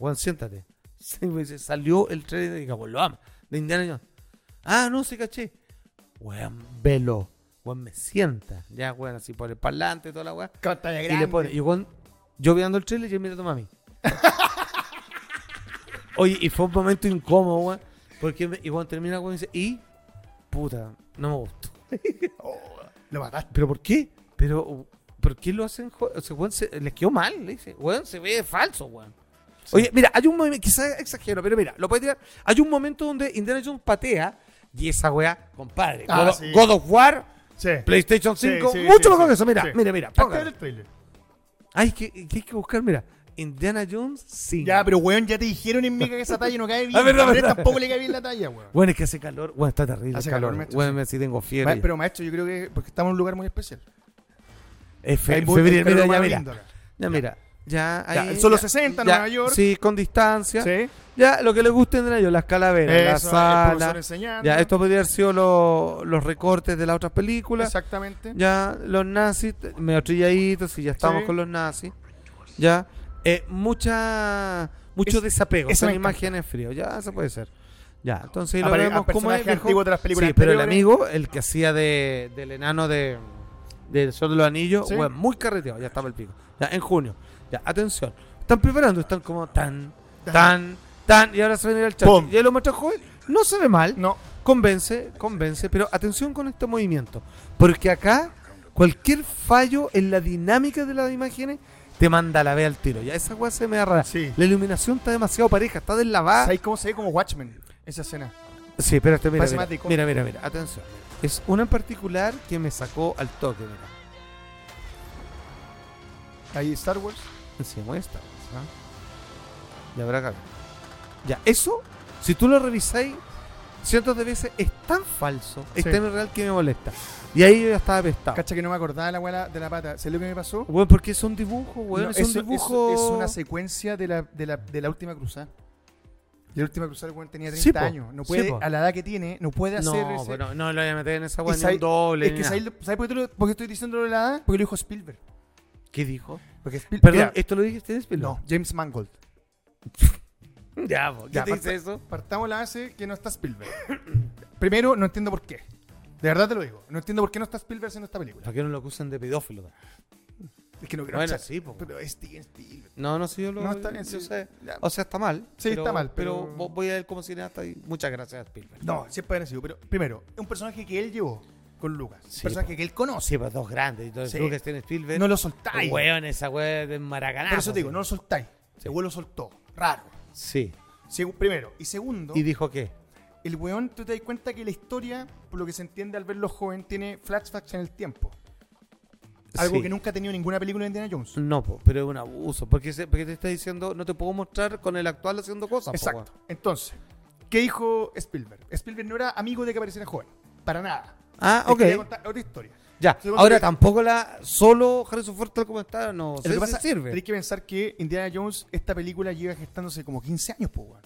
Speaker 2: Weón, siéntate. (laughs) Y me dice, salió el trailer de Capoloama, de Indiana Jones. Ah, no, sí caché. Weón, velo. Weón, me sienta. Ya, weón, así por el parlante y toda la weón.
Speaker 1: Pantalla
Speaker 2: Y le
Speaker 1: grande.
Speaker 2: pone, y weón, yo viendo
Speaker 1: (laughs)
Speaker 2: el trailer y él mirando a mami. Oye, y fue un momento incómodo, weón. Porque me- y cuando termina, weón, dice, y puta, no me gustó.
Speaker 1: Lo mataste.
Speaker 2: ¿Pero por qué? Pero, ¿por qué lo hacen? jo- O sea, weón, se- les quedó mal, le dice. Weón, se ve falso, weón. Oye, mira, hay un momento, quizás exagero, pero mira, lo puedes tirar. Hay un momento donde Indiana Jones patea y esa weá, compadre.
Speaker 1: Ah,
Speaker 2: God, of-
Speaker 1: sí.
Speaker 2: God of War,
Speaker 1: Sí.
Speaker 2: PlayStation
Speaker 1: Sí,
Speaker 2: 5,
Speaker 1: sí,
Speaker 2: mucho
Speaker 1: sí,
Speaker 2: mejor
Speaker 1: sí,
Speaker 2: que eso. Mira,
Speaker 1: sí.
Speaker 2: mira, mira,
Speaker 1: Hasta
Speaker 2: póngalo.
Speaker 1: ver el trailer.
Speaker 2: Ay, que, que hay que buscar, mira, Indiana Jones 5.
Speaker 1: Ya, pero weón, ya te dijeron en mica que esa talla no
Speaker 2: (laughs)
Speaker 1: cae bien.
Speaker 2: Ah,
Speaker 1: A
Speaker 2: verdad,
Speaker 1: Andrés
Speaker 2: verdad.
Speaker 1: tampoco le cae bien la talla,
Speaker 2: (laughs)
Speaker 1: weón.
Speaker 2: Bueno, es que hace calor. Bueno, está terrible.
Speaker 1: Hace
Speaker 2: el
Speaker 1: calor,
Speaker 2: calor.
Speaker 1: maestro,
Speaker 2: bueno, me- sí tengo fiebre.
Speaker 1: Ma- Pero maestro, yo creo que porque estamos en un lugar muy especial.
Speaker 2: es fe-
Speaker 1: Hay bu-
Speaker 2: febrero,
Speaker 1: pero
Speaker 2: mira,
Speaker 1: más
Speaker 2: ya, mira.
Speaker 1: víndola.
Speaker 2: Ya, mira. Ya,
Speaker 1: Ya,
Speaker 2: ahí,
Speaker 1: son los
Speaker 2: ya,
Speaker 1: 60,
Speaker 2: ya,
Speaker 1: Nueva York.
Speaker 2: Sí, con distancia.
Speaker 1: Sí.
Speaker 2: Ya, lo que les guste tendrán ellos, las calaveras,
Speaker 1: Eso,
Speaker 2: la
Speaker 1: el profesor
Speaker 2: sala.
Speaker 1: enseñando.
Speaker 2: Ya, esto podría haber sido lo- los recortes de las otras películas.
Speaker 1: Exactamente.
Speaker 2: Ya, los nazis, t- medio trilladitos, y ya estamos
Speaker 1: Sí.
Speaker 2: con los nazis. Ya, eh, mucha, mucho
Speaker 1: Es-
Speaker 2: desapego,
Speaker 1: esa
Speaker 2: son
Speaker 1: me encanta.
Speaker 2: imágenes frío, ya, eso puede ser. Ya, entonces ahí lo
Speaker 1: Apare-
Speaker 2: vemos
Speaker 1: a
Speaker 2: cómo es
Speaker 1: personajes
Speaker 2: viejo.
Speaker 1: antiguos de las películas
Speaker 2: Sí, pero el
Speaker 1: anteriores.
Speaker 2: amigo, el que hacía de, del enano de del Sol de los Anillos,
Speaker 1: Sí.
Speaker 2: weón, muy carreteado, ya estaba el pico. Ya, en junio. Ya, atención. Están preparando, están como tan, tan, tan, y ahora se va a venir el chat.
Speaker 1: Pum.
Speaker 2: Y ahí lo muestra joven, no se ve mal.
Speaker 1: No.
Speaker 2: Convence, convence, pero atención con este movimiento, porque acá cualquier fallo en la dinámica de las imágenes te manda a la vea al tiro. Ya esa weá se me da rara.
Speaker 1: Sí.
Speaker 2: La iluminación está demasiado pareja, está deslavada.
Speaker 1: ¿Sabéis Ah, cómo se ve como Watchmen esa escena?
Speaker 2: Sí, pero este, mira,
Speaker 1: Parece
Speaker 2: mira,
Speaker 1: más de cómic.
Speaker 2: mira, mira, mira, atención. Es una en particular que me sacó al toque, mira.
Speaker 1: Ahí Star Wars.
Speaker 2: Sí, muy esta, ¿ah? Ya habrá acá. Ya, eso, si tú lo revisáis cientos de veces, es tan falso, es
Speaker 1: Sí.
Speaker 2: tan irreal que me molesta. Y ahí yo ya estaba apestado.
Speaker 1: Cacha que no me acordaba de la abuela de la pata. ¿Sabes lo que me pasó?
Speaker 2: Weón, porque es un dibujo, weón.
Speaker 1: No,
Speaker 2: es,
Speaker 1: eso-
Speaker 2: un dibujo.
Speaker 1: Es, es una secuencia de la, de la, de la última cruzada. Y la última cruzada, el weón tenía 30
Speaker 2: Sí, po.
Speaker 1: años. No
Speaker 2: Sí,
Speaker 1: puede,
Speaker 2: po.
Speaker 1: a la edad que tiene, no puede hacer
Speaker 2: No,
Speaker 1: ese-
Speaker 2: pero no lo voy a meter en esa
Speaker 1: Y
Speaker 2: weón. Ni
Speaker 1: sabe-
Speaker 2: un doble.
Speaker 1: Es
Speaker 2: ni
Speaker 1: que
Speaker 2: nada.
Speaker 1: ¿sabes, lo- ¿sabes por, qué te lo- por qué estoy diciendo lo de la edad? Porque lo dijo Spielberg.
Speaker 2: ¿Qué dijo?
Speaker 1: Porque Spiel-
Speaker 2: Perdón,
Speaker 1: Mira,
Speaker 2: ¿esto lo dijiste en
Speaker 1: no, James Mangold.
Speaker 2: (laughs) Ya, po, ¿qué
Speaker 1: Ya,
Speaker 2: te
Speaker 1: parta-
Speaker 2: dice eso?
Speaker 1: Partamos la base que no está Spielberg. (coughs) Primero, no entiendo por qué. De verdad te lo digo. No entiendo por qué no está Spielberg haciendo esta película.
Speaker 2: Para que no lo acusen de pedófilo.
Speaker 1: Es que no quiero
Speaker 2: Bueno,
Speaker 1: echar-
Speaker 2: sí, po.
Speaker 1: Pero es Steven Spielberg.
Speaker 2: No, no, sí, yo lo.
Speaker 1: No, está bien,
Speaker 2: yo
Speaker 1: sí.
Speaker 2: sé.
Speaker 1: Ya.
Speaker 2: O sea, está mal.
Speaker 1: Sí, está mal, pero-
Speaker 2: vo- voy a ver cómo cineasta y muchas gracias, Spielberg.
Speaker 1: No, siempre ha sido. Pero primero, es un personaje que él llevó con Lucas. Un
Speaker 2: Sí,
Speaker 1: personaje que él conoce.
Speaker 2: Sí, pues dos grandes. Entonces,
Speaker 1: Sí.
Speaker 2: Lucas tiene Spielberg.
Speaker 1: No lo soltáis.
Speaker 2: Weón, esa weón de Maracaná.
Speaker 1: Por eso te digo, no lo soltáis.
Speaker 2: Sí.
Speaker 1: El weón lo soltó. Raro.
Speaker 2: Sí.
Speaker 1: Segu- primero. Y segundo,
Speaker 2: ¿Y dijo qué?
Speaker 1: el weón, tú te das cuenta que la historia, por lo que se entiende al verlo joven, tiene flashbacks en el tiempo. Algo
Speaker 2: Sí.
Speaker 1: que nunca ha tenido ninguna película de Indiana Jones.
Speaker 2: No, po, pero es un abuso. Porque, se- porque te está diciendo, no te puedo mostrar con el actual haciendo cosas. po,
Speaker 1: Exacto.
Speaker 2: weón.
Speaker 1: Entonces, ¿qué dijo Spielberg? Spielberg no era amigo de que apareciera joven. Para nada.
Speaker 2: Ah,
Speaker 1: Les quería
Speaker 2: ok.
Speaker 1: contar otra historia.
Speaker 2: Ya.
Speaker 1: Segundo
Speaker 2: Ahora
Speaker 1: que-
Speaker 2: tampoco la. Solo Harrison Ford tal como está, no sé
Speaker 1: Lo que
Speaker 2: si
Speaker 1: pasa
Speaker 2: sirve.
Speaker 1: Tenéis que pensar que Indiana Jones, esta película lleva gestándose como 15 años, po, weón.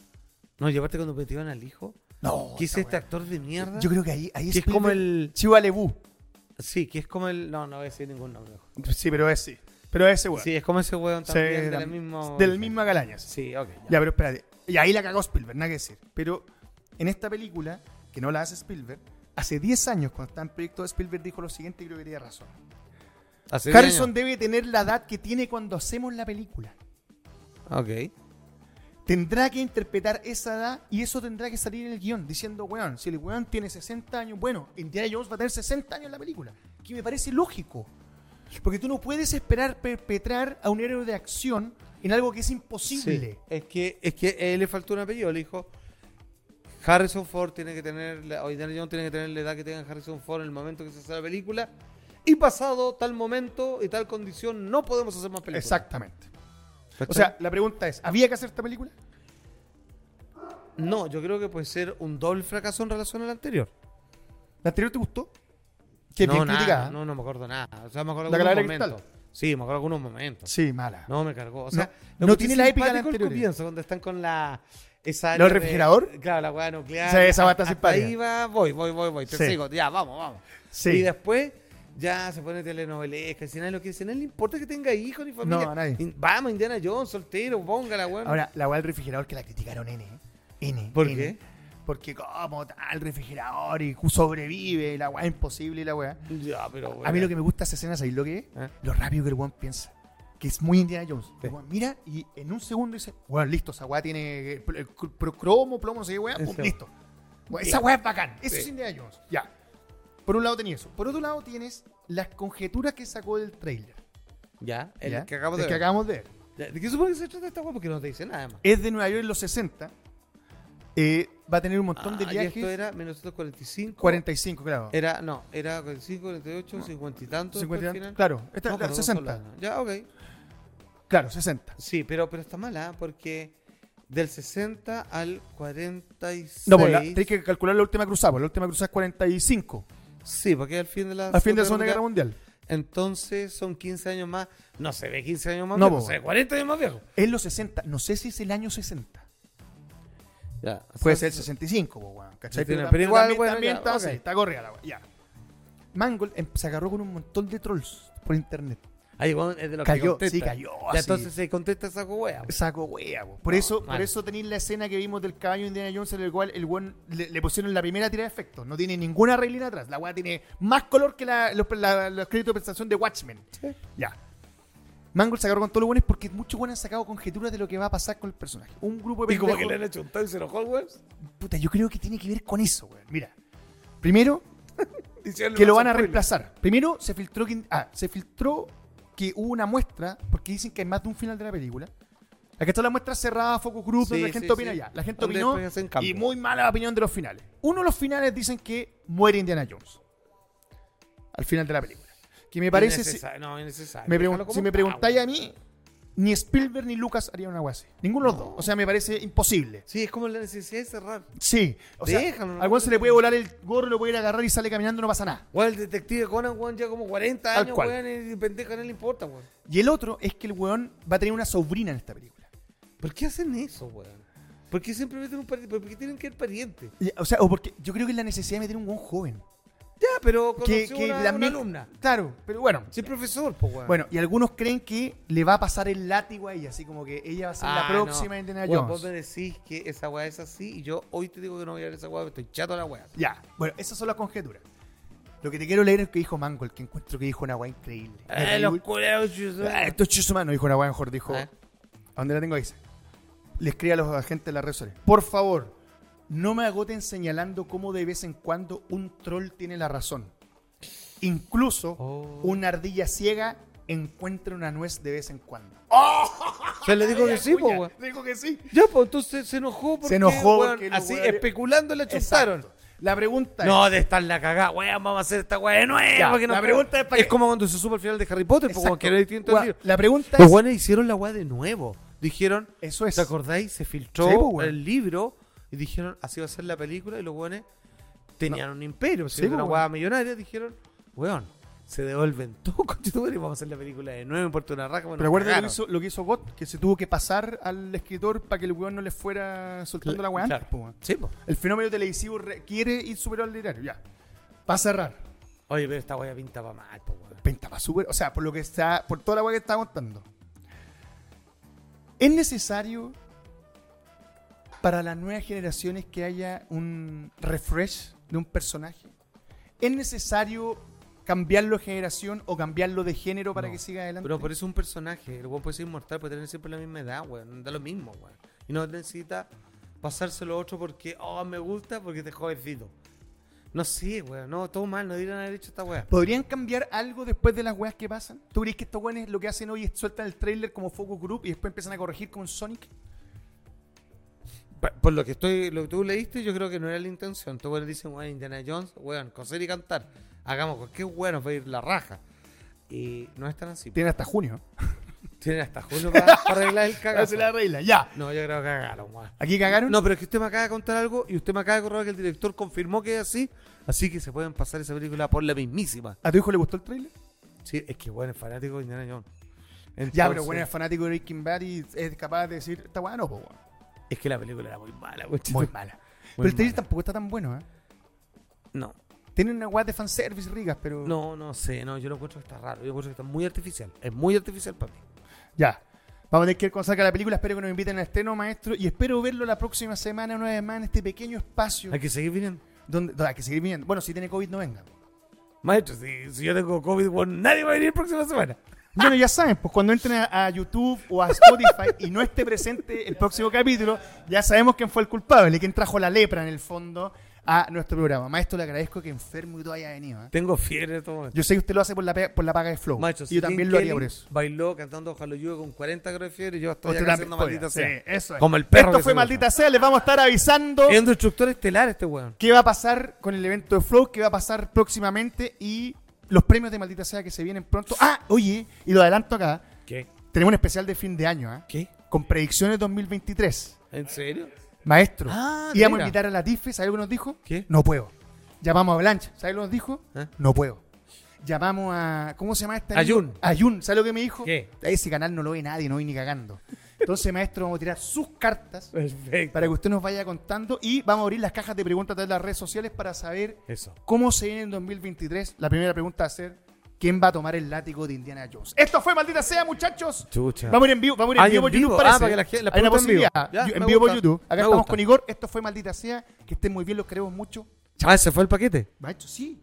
Speaker 2: No, y aparte cuando metieron al hijo.
Speaker 1: No.
Speaker 2: ¿Qué es
Speaker 1: esta
Speaker 2: este
Speaker 1: Oh, weá.
Speaker 2: actor de mierda?
Speaker 1: Yo creo que ahí, ahí
Speaker 2: que es como
Speaker 1: Spielberg-
Speaker 2: el.
Speaker 1: Chiva Lebu.
Speaker 2: Sí, que es como el. No, no voy a decir ningún nombre. mejor.
Speaker 1: Sí, pero es sí. Pero ese, weón.
Speaker 2: Sí, es como ese weón
Speaker 1: Sí,
Speaker 2: también. de la
Speaker 1: tam-
Speaker 2: misma-
Speaker 1: Del mismo Galañas.
Speaker 2: Sí, ok. ya.
Speaker 1: Ya, pero espérate. Y ahí la cagó Spielberg, nada que decir. Pero en esta película, que no la hace Spielberg, hace 10 años, cuando estaba en proyecto de Spielberg, dijo lo siguiente y creo que tenía razón.
Speaker 2: Hace
Speaker 1: Harrison
Speaker 2: diez
Speaker 1: debe tener la edad que tiene cuando hacemos la película.
Speaker 2: años. Ok.
Speaker 1: Tendrá que interpretar esa edad y eso tendrá que salir en el guión, diciendo, weón, si el weón tiene 60 años, bueno, Indiana Jones va a tener 60 años en la película. Que me parece lógico. Porque tú no puedes esperar perpetrar a un héroe de acción en algo que es imposible.
Speaker 2: Sí. Es que, es que eh, le faltó un apellido. Le dijo. Harrison Ford tiene que tener. La, o Indiana Jones tiene que tener la edad que tenga Harrison Ford en el momento que se hace la película. Y pasado tal momento y tal condición, no podemos hacer más películas.
Speaker 1: Exactamente.
Speaker 2: ¿Cachai?
Speaker 1: O sea, la pregunta es, ¿había que hacer esta película?
Speaker 2: No, yo creo que puede ser un doble fracaso en relación al anterior.
Speaker 1: ¿La anterior te gustó? Que es
Speaker 2: no,
Speaker 1: bien
Speaker 2: nada,
Speaker 1: criticada.
Speaker 2: No, no me acuerdo nada. O sea, me acuerdo
Speaker 1: ¿La
Speaker 2: algunos
Speaker 1: Calavera de
Speaker 2: momentos. Sí, me acuerdo algunos momentos.
Speaker 1: Sí, mala.
Speaker 2: No, me cargó. O sea,
Speaker 1: No,
Speaker 2: lo
Speaker 1: no
Speaker 2: encontré
Speaker 1: tiene la épica de la
Speaker 2: simpático el
Speaker 1: anterior.
Speaker 2: comienzo, cuando están con la. Esa
Speaker 1: ¿Lo
Speaker 2: área
Speaker 1: del refrigerador?
Speaker 2: de- claro, la hueá nuclear.
Speaker 1: Sí, esa hueá está
Speaker 2: Hasta
Speaker 1: simpática.
Speaker 2: Ahí va, voy, voy, voy, voy. Te
Speaker 1: Sí.
Speaker 2: sigo, ya, vamos, vamos.
Speaker 1: Sí.
Speaker 2: Y después ya se pone telenovelesca. Y si nadie lo quiere, si nadie le importa que tenga hijos ni familia.
Speaker 1: No, a nadie.
Speaker 2: In- Vamos, Indiana Jones, soltero, ponga la hueá.
Speaker 1: Ahora, la weá del refrigerador que la criticaron N. ¿eh? N.
Speaker 2: ¿Por
Speaker 1: N.
Speaker 2: qué?
Speaker 1: Porque como tal refrigerador y sobrevive, y la weá es imposible y la weá.
Speaker 2: Ya, pero
Speaker 1: A mí
Speaker 2: hueá.
Speaker 1: lo que me gusta de esa escena, ¿sabes lo que es?
Speaker 2: ¿Eh?
Speaker 1: Lo rápido que el weón piensa. Que es muy Indiana Jones.
Speaker 2: Sí.
Speaker 1: El weón mira y en un segundo dice, bueno, listo, esa weá tiene eh, pl- eh, cr- cr- cromo, plomo, no sé qué weá, pum,
Speaker 2: Ese.
Speaker 1: listo. Bueno, Esa weá es bacán. Eso
Speaker 3: Sí.
Speaker 1: es Indiana Jones. Ya. Por un lado tenía eso. Por otro lado tienes las conjeturas que sacó del trailer.
Speaker 2: Ya, el
Speaker 1: ¿ya?
Speaker 2: que acabamos
Speaker 1: El
Speaker 2: de
Speaker 1: que
Speaker 2: ver.
Speaker 1: acabamos de ver.
Speaker 2: Ya, ¿De qué supone que se trata esta weá? Porque no te dice nada más.
Speaker 1: Es de Nueva York en los 60. Eh, va a tener un montón de
Speaker 2: Ah, y
Speaker 1: viajes.
Speaker 2: esto era 1945.
Speaker 1: 45, claro.
Speaker 2: Era, no, era 45, 48, 50 y
Speaker 1: 50
Speaker 2: tanto. después al
Speaker 1: y
Speaker 2: final.
Speaker 1: tanto- claro, esta,
Speaker 2: No,
Speaker 1: la-
Speaker 2: pero no
Speaker 1: 60.
Speaker 2: son las- Ya, ok.
Speaker 1: Claro, 60.
Speaker 2: Sí, pero, pero está mala ¿ah? porque del 60 al 46.
Speaker 1: No, pues la- tenés que calcular la última cruzada. pues la última cruzada es 45.
Speaker 2: Sí, porque al fin de la.
Speaker 1: Al fin de la Segunda Guerra Mundial.
Speaker 2: Entonces son 15 años más. No se ve 15 años más
Speaker 1: No, pues. po.
Speaker 2: viejo, se ve 40 años más viejo.
Speaker 1: Es los 60. No sé si es el año 60.
Speaker 2: Ya, o
Speaker 1: Puede
Speaker 2: sea,
Speaker 1: ser el 65, po, pues, weón, ¿cachai?
Speaker 2: Sí, tiene-
Speaker 1: Pero,
Speaker 2: pero igual,
Speaker 1: también,
Speaker 2: bueno,
Speaker 1: también
Speaker 2: ya,
Speaker 1: está
Speaker 2: ok.
Speaker 1: así, está corrida la weá, ya. Mangold em, se agarró con un montón de trolls por internet.
Speaker 2: Ahí, weón, es de lo que
Speaker 1: Cayó,
Speaker 2: contesta.
Speaker 1: sí, cayó.
Speaker 2: Ya,
Speaker 1: así.
Speaker 2: entonces se contesta esa wea. po.
Speaker 1: Saco wea, po. Por
Speaker 2: No,
Speaker 1: eso, por
Speaker 2: mal.
Speaker 1: eso tenéis la escena que vimos del caballo de Indiana Jones en el cual el weón le, le pusieron la primera tira de efectos. No tiene ninguna reglina atrás. La weá tiene más color que la, los, la- los créditos de prestación de Watchmen. Ya. Mangold se agarró con todos los buenos porque muchos buenos han sacado conjeturas de lo que va a pasar con el personaje. Un grupo de
Speaker 2: Y como que
Speaker 1: pendejos-
Speaker 2: le han hecho un tal y se enojó, weón.
Speaker 1: Puta, yo creo que tiene que ver con eso, weón. Mira. Primero,
Speaker 2: diciéndole
Speaker 1: que lo
Speaker 2: más
Speaker 1: van a
Speaker 2: spoiler.
Speaker 1: reemplazar. Primero se filtró que, ah, se filtró que hubo una muestra, porque dicen que hay más de un final de la película. Acá está la muestra cerrada, focus group,
Speaker 2: Sí,
Speaker 1: donde la
Speaker 2: sí,
Speaker 1: gente opina
Speaker 2: sí.
Speaker 1: ya. La gente
Speaker 2: Donde
Speaker 1: opinó
Speaker 2: después hacen cambio.
Speaker 1: y muy mala opinión de los finales. Uno de los finales dicen que muere Indiana Jones al final de la película. Que me parece, si,
Speaker 2: Innecesa- No, innecesario.
Speaker 1: me pregun-
Speaker 2: Déjalo como
Speaker 1: si me
Speaker 2: está,
Speaker 1: preguntáis
Speaker 2: weón.
Speaker 1: a mí, ni Spielberg ni Lucas harían una hueá así. Ninguno de los dos. O sea, me parece imposible.
Speaker 2: Sí, es como la necesidad de cerrar.
Speaker 1: Sí. O sea,
Speaker 2: Déjalo, no
Speaker 1: al weón se le puede volar el gorro, lo puede ir a agarrar y sale caminando, no pasa nada.
Speaker 2: Weón, el detective Conan, weón, ya como 40
Speaker 1: Tal
Speaker 2: años,
Speaker 1: cual.
Speaker 2: weón, y pendeja no le importa, weón.
Speaker 1: Y el otro es que el weón va a tener una sobrina en esta película.
Speaker 2: ¿Por qué hacen eso, weón? ¿Por qué siempre meten un pariente? ¿Por qué tienen que ir pariente?
Speaker 1: Y, o sea, o porque yo creo que es la necesidad de meter un weón joven.
Speaker 2: Ya, pero
Speaker 1: Que,
Speaker 2: conoció
Speaker 1: que
Speaker 2: una,
Speaker 1: la
Speaker 2: una
Speaker 1: mi-
Speaker 2: alumna.
Speaker 1: Claro, pero bueno.
Speaker 2: Sí, profesor, pues, weón.
Speaker 1: Bueno, y algunos creen que le va a pasar el látigo a ella, así como que ella va a ser la
Speaker 2: Ah,
Speaker 1: próxima
Speaker 2: no.
Speaker 1: Indiana
Speaker 2: Weón,
Speaker 1: Jones.
Speaker 2: Vos me decís que esa weá es así y yo hoy te digo que no voy a ver esa weá, estoy chato de la weá.
Speaker 1: Ya, bueno, esas son las conjeturas. Lo que te quiero leer es lo que dijo Mangold, que encuentro que dijo una weá increíble. Me
Speaker 2: Eh,
Speaker 1: reí
Speaker 2: los
Speaker 1: mucho.
Speaker 2: culeos, chus-
Speaker 1: Ah, esto es chiso mano, dijo una weá mejor, dijo.
Speaker 2: Ah.
Speaker 1: ¿A dónde la tengo ahí? Dice, Le escribe a los agentes de las redes sociales. Por favor, no me agoten señalando cómo de vez en cuando un troll tiene la razón. Incluso
Speaker 2: Oh.
Speaker 1: una ardilla ciega encuentra una nuez de vez en cuando.
Speaker 2: Se le dijo que sí,
Speaker 1: Cuña,
Speaker 2: pues, weón.
Speaker 1: Dijo que sí.
Speaker 2: Ya, pues entonces se enojó porque,
Speaker 1: enojó
Speaker 2: weón,
Speaker 1: porque los
Speaker 2: así
Speaker 1: weones-
Speaker 2: especulando le chuntaron.
Speaker 1: Exacto. La pregunta
Speaker 2: No, de estar la cagada, weón, vamos a hacer esta weá de nuevo.
Speaker 1: Ya,
Speaker 2: que no
Speaker 1: la
Speaker 2: creo.
Speaker 1: pregunta es pa' qué.
Speaker 2: como cuando se supo al final de Harry Potter,
Speaker 1: es.
Speaker 2: pues, weón,
Speaker 1: Exacto.
Speaker 2: que era distinto
Speaker 1: Gua-
Speaker 2: el libro.
Speaker 1: La pregunta
Speaker 2: Los
Speaker 1: es.
Speaker 2: weones hicieron la weá de nuevo. Dijeron,
Speaker 1: Eso es.
Speaker 2: ¿te acordáis? Se filtró
Speaker 1: Sí, pues, weón.
Speaker 2: el libro y dijeron, así va a ser la película. Y los weones tenían un imperio,
Speaker 1: Sí,
Speaker 2: siendo
Speaker 1: pues,
Speaker 2: una
Speaker 1: weón.
Speaker 2: weá millonaria. Dijeron, weón, se devuelven todos con y vamos a hacer la película de nuevo. Me importa una raja, bueno,
Speaker 1: Pero recuerda lo que,
Speaker 2: cagaron.
Speaker 1: hizo, lo que hizo Gott, que se tuvo que pasar al escritor para que el weón no le fuera soltando la weá antes,
Speaker 2: Claro.
Speaker 1: po, weón.
Speaker 2: Sí, pues.
Speaker 1: El fenómeno televisivo requiere ir superior al literario, ya. Para cerrar.
Speaker 2: Oye, pero esta weá pinta para mal, pues, weón.
Speaker 1: Pintaba súper. O sea, por lo que está. Por toda la weá que está contando. ¿Es necesario para las nuevas generaciones que haya un refresh de un personaje? ¿Es necesario cambiarlo de generación o cambiarlo de género para
Speaker 2: No,
Speaker 1: que siga adelante?
Speaker 2: Pero por eso es un personaje. El weón puede ser inmortal, puede tener siempre la misma edad, weón. Da lo mismo, weón. Y no necesita pasárselo a otro porque, oh, me gusta, porque te jovencito. No sé, weón. No, todo mal, no dirán haber hecho esta weá.
Speaker 1: ¿Podrían cambiar algo después de las weas que pasan? ¿Tú crees que estos weones lo que hacen hoy es sueltan el trailer como focus group y después empiezan a corregir con Sonic?
Speaker 2: Pa- Por lo que estoy, lo que tú leíste, yo creo que no era la intención. Tú weón dicen, weón, Indiana Jones, weón, coser y cantar. Hagamos cualquier weón, nos va a ir la raja. Y no es tan así.
Speaker 1: Tienen hasta junio.
Speaker 2: Tienen hasta junio para para arreglar el
Speaker 1: (laughs) Ahora se
Speaker 2: cagazo.
Speaker 1: la arregla, ya.
Speaker 2: No, yo creo que cagaron, weón.
Speaker 1: ¿Aquí cagaron?
Speaker 2: No, pero es que usted me acaba de contar algo y usted me acaba de corroborar que el director confirmó que es así. Así que se pueden pasar esa película por la mismísima.
Speaker 1: ¿A tu hijo le gustó el trailer?
Speaker 2: Sí, es que bueno, es fanático de Indiana Jones.
Speaker 1: Ya,
Speaker 2: Entonces,
Speaker 1: pero bueno, es fanático de Breaking Bad y es capaz de decir, esta weá no, po, weón".
Speaker 2: Es que la película era muy mala, este
Speaker 1: Muy
Speaker 2: weón.
Speaker 1: mala. pero
Speaker 2: Muy
Speaker 1: el trailer
Speaker 2: mala.
Speaker 1: tampoco está tan bueno, ¿eh?
Speaker 2: No,
Speaker 1: Tiene una weá de fanservice ricas, pero.
Speaker 2: no, no sé, no, yo lo encuentro que está raro. Yo encuentro que está muy artificial. Es muy artificial para mí.
Speaker 1: Ya. Vamos a tener que ir cuando salga la película. Espero que nos inviten al estreno, maestro. Y espero verlo la próxima semana, una vez más, en este pequeño espacio.
Speaker 2: Hay que seguir viniendo.
Speaker 1: Donde, donde hay que seguir viendo. Bueno, si tiene COVID, no venga.
Speaker 2: Maestro, si, si yo tengo COVID, weón, nadie va a venir la próxima semana.
Speaker 1: Bueno, ya saben, pues cuando entren a, a YouTube o a Spotify y no esté presente el próximo capítulo, ya sabemos quién fue el culpable, quién trajo la lepra en el fondo a nuestro programa. Maestro, le agradezco que enfermo y todo haya venido. ¿eh?
Speaker 2: Tengo fiebre en estos momentos.
Speaker 1: Yo sé que usted lo hace por la, pe- por la paga de Flow.
Speaker 2: Macho,
Speaker 1: y yo
Speaker 2: Sidney
Speaker 1: también lo haría
Speaker 2: Kelly
Speaker 1: por eso.
Speaker 2: Bailó cantando Ojalá Llueve con 40 grados de fiebre y yo estoy
Speaker 1: Usted
Speaker 2: acá
Speaker 1: también
Speaker 2: haciendo
Speaker 1: podría.
Speaker 2: maldita
Speaker 1: Sí,
Speaker 2: sea.
Speaker 1: eso es.
Speaker 2: Como el perro
Speaker 1: Esto
Speaker 2: que
Speaker 1: fue
Speaker 2: se
Speaker 1: maldita sea, les vamos a estar avisando.
Speaker 2: Es un instructor estelar este weón.
Speaker 1: qué va a pasar con el evento de Flow, qué va a pasar próximamente y los premios de Maldita Sea que se vienen pronto. Ah, oye, y lo adelanto acá,
Speaker 2: ¿Qué?
Speaker 1: tenemos un especial de fin de año, ¿ah?
Speaker 2: ¿Qué?
Speaker 1: Con predicciones 2023.
Speaker 2: ¿En serio?
Speaker 1: Maestro,
Speaker 2: Ah,
Speaker 1: íbamos a
Speaker 2: mira.
Speaker 1: invitar a la Tife, ¿sabes lo que nos dijo?
Speaker 2: ¿Qué?
Speaker 1: No puedo. Llamamos a Blanche, ¿sabes lo que nos dijo?
Speaker 2: ¿Eh?
Speaker 1: No puedo. Llamamos a. ¿Cómo se llama esta?
Speaker 2: A Yun.
Speaker 1: A Yun, ¿sabes lo que me dijo?
Speaker 2: ¿Qué?
Speaker 1: A Ese canal no lo ve nadie, no ve ni cagando. Entonces, maestro, vamos a tirar sus cartas
Speaker 2: Perfecto.
Speaker 1: para que usted nos vaya contando y vamos a abrir las cajas de preguntas de las redes sociales para saber
Speaker 2: Eso.
Speaker 1: ¿Cómo se viene en 2023? La primera pregunta va a ser: ¿quién va a tomar el látigo de Indiana Jones? Esto fue maldita sea, muchachos.
Speaker 2: Chucha.
Speaker 1: Vamos a ir en vivo, vamos a ir en
Speaker 2: Ah,
Speaker 1: vivo por
Speaker 2: en vivo.
Speaker 1: YouTube.
Speaker 2: Ah,
Speaker 1: parece.
Speaker 2: para que la gente- la
Speaker 1: Hay una
Speaker 2: pregunta en vivo.
Speaker 1: posibilidad.
Speaker 2: Ya,
Speaker 1: Yo- en
Speaker 2: me
Speaker 1: vivo por
Speaker 2: gusta,
Speaker 1: YouTube. Acá
Speaker 2: me
Speaker 1: estamos
Speaker 2: gusta.
Speaker 1: con Igor. Esto fue maldita sea. Que estén muy bien, los queremos mucho.
Speaker 2: Ah, ¿se fue el paquete?
Speaker 1: Maestro, sí.